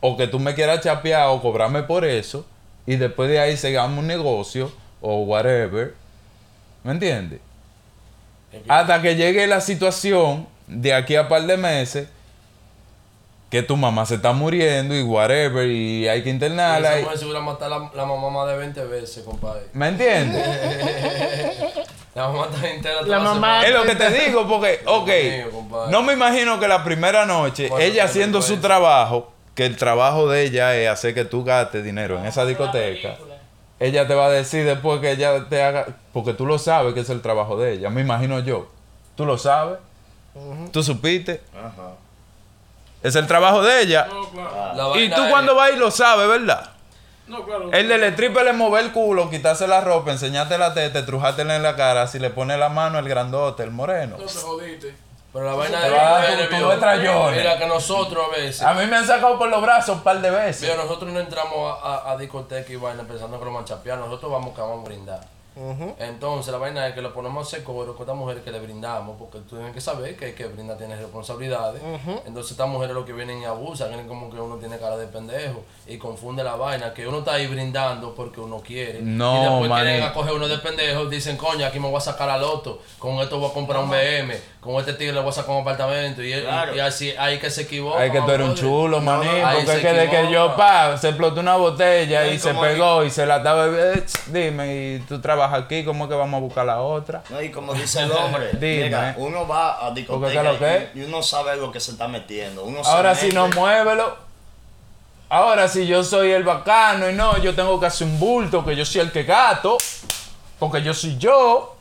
[SPEAKER 2] o que tú me quieras chapear o cobrarme por eso, y después de ahí sigamos un negocio o whatever. ¿Me entiendes? Hasta que llegue la situación de aquí a par de meses que tu mamá se está muriendo y whatever y hay que internarla.
[SPEAKER 3] Esa
[SPEAKER 2] y-
[SPEAKER 3] mujer seguro va a matar la, la mamá más de 20 veces, compadre.
[SPEAKER 2] ¿Me entiendes?
[SPEAKER 3] La mamá está entera. toda
[SPEAKER 1] La mamá-
[SPEAKER 2] es lo que te digo porque,
[SPEAKER 3] mío,
[SPEAKER 2] ok,
[SPEAKER 3] compadre.
[SPEAKER 2] no me imagino que la primera noche
[SPEAKER 3] Bueno,
[SPEAKER 2] ella
[SPEAKER 3] qué
[SPEAKER 2] haciendo su
[SPEAKER 3] vergüenza.
[SPEAKER 2] trabajo, que el trabajo de ella es hacer que tú gastes dinero en esa discoteca. Ella te va a decir después que ella te haga, porque tú lo sabes que es el trabajo de ella, me imagino yo. ¿Tú lo sabes? ¿Tú supiste?
[SPEAKER 5] Ajá.
[SPEAKER 2] Es el trabajo de ella.
[SPEAKER 6] No, claro.
[SPEAKER 3] La
[SPEAKER 2] Y
[SPEAKER 3] vaina
[SPEAKER 2] tú
[SPEAKER 3] es-
[SPEAKER 2] cuando vas y lo sabes, ¿verdad?
[SPEAKER 6] No, claro.
[SPEAKER 3] Eh.
[SPEAKER 2] El del stripper le mover el culo, quitarse la ropa, enseñarte la teta, trujártela en la cara, si le pone la mano el grandote, el moreno.
[SPEAKER 6] No te jodiste.
[SPEAKER 3] Pero la vaina
[SPEAKER 2] Te va a dar
[SPEAKER 3] mujeres,
[SPEAKER 2] tu- tu
[SPEAKER 3] viejo.
[SPEAKER 2] detrayón.
[SPEAKER 3] Mira que nosotros a veces.
[SPEAKER 2] A mí me han sacado por los brazos un par de veces.
[SPEAKER 3] Mira, nosotros no entramos a, a, a discoteca y vaina pensando que lo van a chapear, nosotros vamos que vamos a brindar. Entonces la vaina es que lo ponemos a hacer coro con esta mujer que le brindamos, porque tú tienes que saber que hay que brindar, tienes responsabilidades. Entonces estas mujeres lo que vienen y abusan, vienen como que uno tiene cara de pendejo y confunde la vaina, que uno está ahí brindando porque uno quiere.
[SPEAKER 7] No,
[SPEAKER 3] y después
[SPEAKER 7] maní.
[SPEAKER 3] quieren a coger uno de pendejo, dicen, coño, aquí me voy a sacar al loto, con esto voy a comprar un BM, con este tigre le voy a sacar un apartamento, y, y-
[SPEAKER 5] Claro.
[SPEAKER 3] y así hay que se equivoca.
[SPEAKER 2] Ay, que tú eres un
[SPEAKER 3] brother.
[SPEAKER 2] chulo,
[SPEAKER 3] No, no,
[SPEAKER 2] maní.
[SPEAKER 3] ahí
[SPEAKER 2] Porque
[SPEAKER 3] se
[SPEAKER 2] es que de que yo,
[SPEAKER 3] equivoca.
[SPEAKER 2] pa, se explotó una botella y
[SPEAKER 5] Ay,
[SPEAKER 2] se
[SPEAKER 5] como di-
[SPEAKER 2] pegó y se la estaba. eh, ch, Dime, y tú trabajas aquí, ¿cómo es que vamos a buscar la otra?
[SPEAKER 5] No, y como dice el hombre,
[SPEAKER 2] Dime. eh.
[SPEAKER 5] mira, uno va a
[SPEAKER 2] Porque ¿qué
[SPEAKER 5] discoteca
[SPEAKER 2] lo que
[SPEAKER 5] y, y uno sabe lo que se está metiendo. Uno se
[SPEAKER 2] Ahora si
[SPEAKER 5] mete.
[SPEAKER 2] no, muévelo. Ahora si yo soy el bacano y no, yo tengo que hacer un bulto, que yo soy el que gato, porque yo soy yo.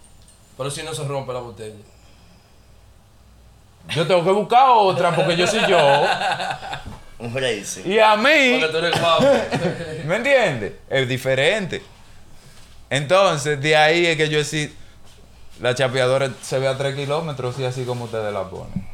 [SPEAKER 3] Pero si no se rompe la botella.
[SPEAKER 2] Yo tengo que buscar otra porque yo soy yo.
[SPEAKER 5] Un racing.
[SPEAKER 2] Y a mí,
[SPEAKER 3] Porque tú eres guapo.
[SPEAKER 2] ¿me entiendes? Es diferente. Entonces, de ahí es que yo sí. La chapeadora se ve a 3 kilómetros y así como ustedes la ponen.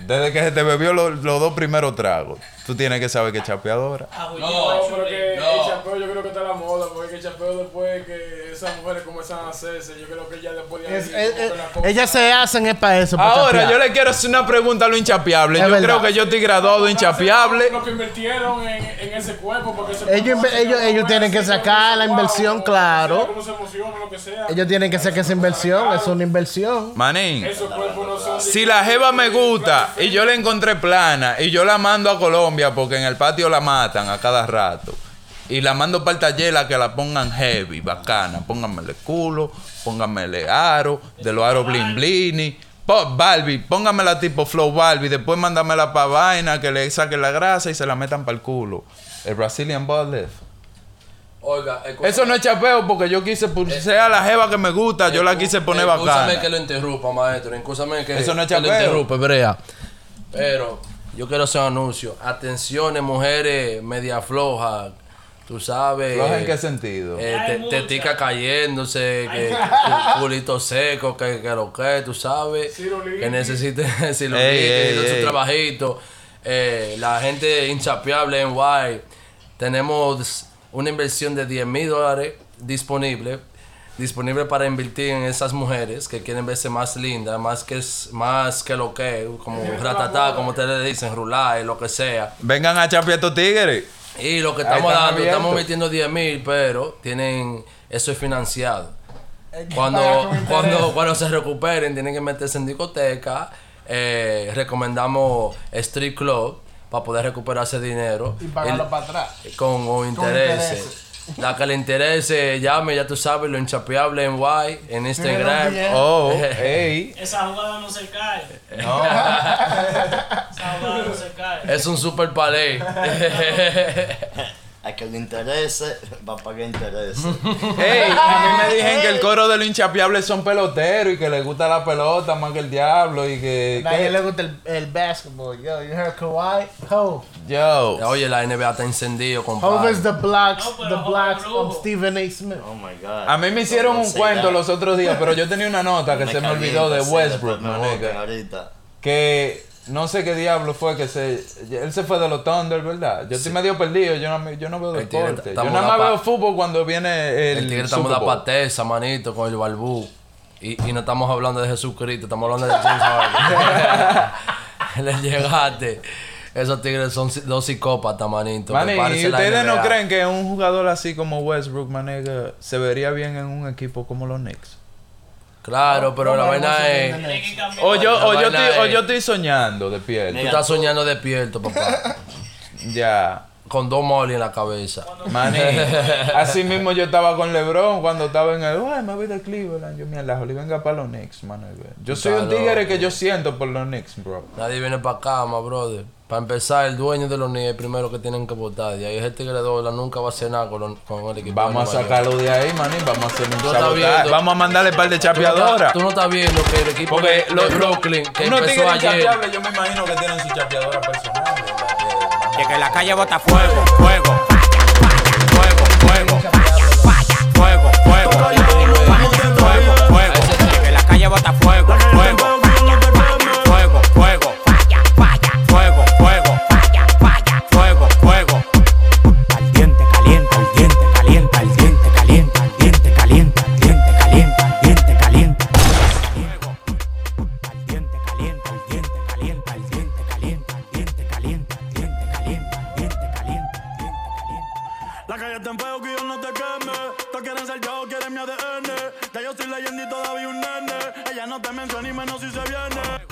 [SPEAKER 2] Desde que se te bebió lo- los dos primeros tragos, tú tienes que saber que es chapeadora.
[SPEAKER 4] Ajuyó,
[SPEAKER 6] No, pero que
[SPEAKER 3] No.
[SPEAKER 6] el chapeo yo creo que está la moda, porque que el chapeo después que esas mujeres comienzan a hacerse, yo creo que ya después de ahí
[SPEAKER 1] Es-
[SPEAKER 6] como
[SPEAKER 1] es-
[SPEAKER 6] que
[SPEAKER 1] es-
[SPEAKER 6] la cosa-
[SPEAKER 1] ellas se hacen es para eso. pa'
[SPEAKER 2] Ahora,
[SPEAKER 1] chapear.
[SPEAKER 2] yo le quiero hacer una pregunta a lo inchapeable.
[SPEAKER 1] Es
[SPEAKER 2] yo
[SPEAKER 1] verdad.
[SPEAKER 2] creo que yo estoy graduado de inchapeable.
[SPEAKER 6] Lo que invirtieron en, en ese cuerpo, porque ese
[SPEAKER 1] Ellos
[SPEAKER 6] cuerpo
[SPEAKER 1] inve- ellos-
[SPEAKER 6] se-
[SPEAKER 1] ellos tienen que
[SPEAKER 6] así,
[SPEAKER 1] sacar la
[SPEAKER 6] wow,
[SPEAKER 1] inversión,
[SPEAKER 6] o
[SPEAKER 1] claro.
[SPEAKER 6] sea, cómo se emociona, lo que sea.
[SPEAKER 1] Ellos tienen que sacar esa inversión, es una inversión.
[SPEAKER 2] Manín,
[SPEAKER 6] Esos cuerpos no son. de-
[SPEAKER 2] si la jeva me gusta y yo la encontré plana y yo la mando a Colombia porque en el patio la matan a cada rato. Y la mando para el taller a que la pongan heavy, bacana. Pónganmele culo, pónganmele aro, de los aros blin blini. Po- Barbie, póngamela tipo flow Barbie, después mándamela para vaina, que le saquen la grasa y se la metan para el culo. El Brazilian Butt Lift.
[SPEAKER 3] Oiga, escúchame.
[SPEAKER 2] Eso no es chapeo porque yo quise pulsear a la jeva que me gusta, yo la quise poner
[SPEAKER 3] Escúchame
[SPEAKER 2] bacana.
[SPEAKER 3] que lo interrumpa, maestro. Escúchame que,
[SPEAKER 2] Eso no es
[SPEAKER 3] que lo
[SPEAKER 2] chapeo.
[SPEAKER 3] interrumpa, Brea. Pero yo quiero hacer un anuncio. Atenciones, mujeres media flojas. Tú sabes.
[SPEAKER 2] ¿Floja en qué sentido?
[SPEAKER 3] eh,
[SPEAKER 4] Hay
[SPEAKER 3] te-
[SPEAKER 4] muchas.
[SPEAKER 3] tetica cayéndose, que, que culito seco, que, que lo que, tú sabes.
[SPEAKER 6] Cirolitis.
[SPEAKER 3] Que necesite si lo
[SPEAKER 2] Ey, ey,
[SPEAKER 3] su
[SPEAKER 2] ey.
[SPEAKER 3] trabajito. Eh, la gente inchapeable en Guay. Tenemos una inversión de 10 mil dólares disponible. Disponible para invertir en esas mujeres que quieren verse más lindas, más que, es- más que lo que, como ratatá, como ustedes le dicen, rulay, lo que sea.
[SPEAKER 2] Vengan a chapear estos tigres.
[SPEAKER 3] Y lo que
[SPEAKER 2] Ahí
[SPEAKER 3] estamos
[SPEAKER 2] están
[SPEAKER 3] dando,
[SPEAKER 2] abiertos.
[SPEAKER 3] estamos metiendo 10 mil, pero tienen, eso es financiado. Cuando, cuando, cuando se recuperen, tienen que meterse en discoteca. Eh, recomendamos Street Club para poder recuperar ese dinero. Y
[SPEAKER 1] pagarlo para atrás.
[SPEAKER 3] Con, con intereses.
[SPEAKER 1] intereses.
[SPEAKER 3] La que le interese, llame, ya tú sabes, lo inchapeable en Y, en Instagram.
[SPEAKER 1] bien.
[SPEAKER 2] Oh, hey.
[SPEAKER 4] esa jugada no se cae. Esa jugada no se cae.
[SPEAKER 3] Es un super palé.
[SPEAKER 5] A que le interese, va a pagar interés.
[SPEAKER 2] Hey, a mí me dijeron que el coro de los inchapeables son peloteros y que les gusta la pelota más que el diablo y que...
[SPEAKER 1] A nadie
[SPEAKER 2] que-
[SPEAKER 1] le gusta el, el basketball. Yo, you heard Kawhi? Ho.
[SPEAKER 2] Yo.
[SPEAKER 3] Oye, la NBA está encendido,
[SPEAKER 1] Ho
[SPEAKER 3] compadre.
[SPEAKER 1] is the blocks,
[SPEAKER 4] No, pero
[SPEAKER 1] the
[SPEAKER 4] Ho
[SPEAKER 1] blocks
[SPEAKER 4] Brujo.
[SPEAKER 1] of Stephen A. Smith.
[SPEAKER 5] Oh my god.
[SPEAKER 2] A mí me hicieron un
[SPEAKER 5] Sí,
[SPEAKER 2] cuento
[SPEAKER 5] da.
[SPEAKER 2] los otros días, pero yo tenía una nota que se me
[SPEAKER 5] calienta,
[SPEAKER 2] olvidó de
[SPEAKER 5] sí,
[SPEAKER 2] Westbrook,
[SPEAKER 5] después me
[SPEAKER 2] manica.
[SPEAKER 5] botan ahorita.
[SPEAKER 2] que no sé qué diablo fue que se él se fue de los Thunder, ¿verdad? Yo estoy medio perdido, yo no, me- yo no veo
[SPEAKER 3] El tigre
[SPEAKER 2] deporte.
[SPEAKER 3] está
[SPEAKER 2] Yo nada más
[SPEAKER 3] mudado pa-
[SPEAKER 2] veo fútbol cuando viene el,
[SPEAKER 3] El tigre está
[SPEAKER 2] Super
[SPEAKER 3] mudado
[SPEAKER 2] Bowl.
[SPEAKER 3] para Tesa, manito, con el barbú. Y, y no estamos hablando de Jesucristo, estamos hablando de James Harden. Le llegaste. Esos tigres son si- dos psicópatas, manito.
[SPEAKER 2] Maní,
[SPEAKER 3] Prepárese
[SPEAKER 2] ¿y
[SPEAKER 3] la
[SPEAKER 2] ustedes no
[SPEAKER 3] NBA.
[SPEAKER 2] creen que un jugador así como Westbrook, manega, se vería bien en un equipo como los Knicks?
[SPEAKER 3] Claro, pero la vaina es.
[SPEAKER 4] Tiene que cambiar.
[SPEAKER 2] O yo,
[SPEAKER 3] La
[SPEAKER 2] o yo,
[SPEAKER 3] vaina
[SPEAKER 2] estoy, o
[SPEAKER 3] es-
[SPEAKER 2] yo estoy soñando de
[SPEAKER 3] Tú
[SPEAKER 2] piel.
[SPEAKER 5] Mira.
[SPEAKER 3] estás soñando despierto, papá.
[SPEAKER 2] Ya.
[SPEAKER 3] con dos molly en la cabeza.
[SPEAKER 2] Maní, así mismo yo estaba con LeBron cuando estaba en el. Ay, me voy de Cleveland. Yo me alajo, y venga para los Knicks, manega. Yo soy un
[SPEAKER 3] Está
[SPEAKER 2] tigre
[SPEAKER 3] loco.
[SPEAKER 2] que yo siento por los Knicks, bro.
[SPEAKER 3] Nadie viene para acá, ma brother. Para empezar, el dueño de los niños es el primero que tienen que votar. Y ahí es el tigre de Dola nunca va a hacer nada con, los- con el equipo.
[SPEAKER 2] Vamos a
[SPEAKER 3] de Nueva York.
[SPEAKER 2] sacarlo de ahí, maní. Vamos a hacer un
[SPEAKER 3] Tú estás
[SPEAKER 2] sabotaje.
[SPEAKER 3] viendo.
[SPEAKER 2] Vamos a mandarle par de
[SPEAKER 3] Tú no estás-
[SPEAKER 2] chapeadoras.
[SPEAKER 3] Tú no estás viendo que el equipo
[SPEAKER 2] Porque
[SPEAKER 3] de, de
[SPEAKER 2] los
[SPEAKER 3] Brooklyn, que
[SPEAKER 2] unos
[SPEAKER 3] empezó
[SPEAKER 2] tigres
[SPEAKER 3] ayer.
[SPEAKER 2] chapeables, yo me imagino que tienen su chapeadora personal.
[SPEAKER 8] De que la calle bota fuego, fuego, fuego, fuego, fuego, fuego, fuego, fuego. De que la calle bota fuego, fuego, ADN. Que yo soy leyenda y todavía un nene. Ella no te menciona ni menos si se viene.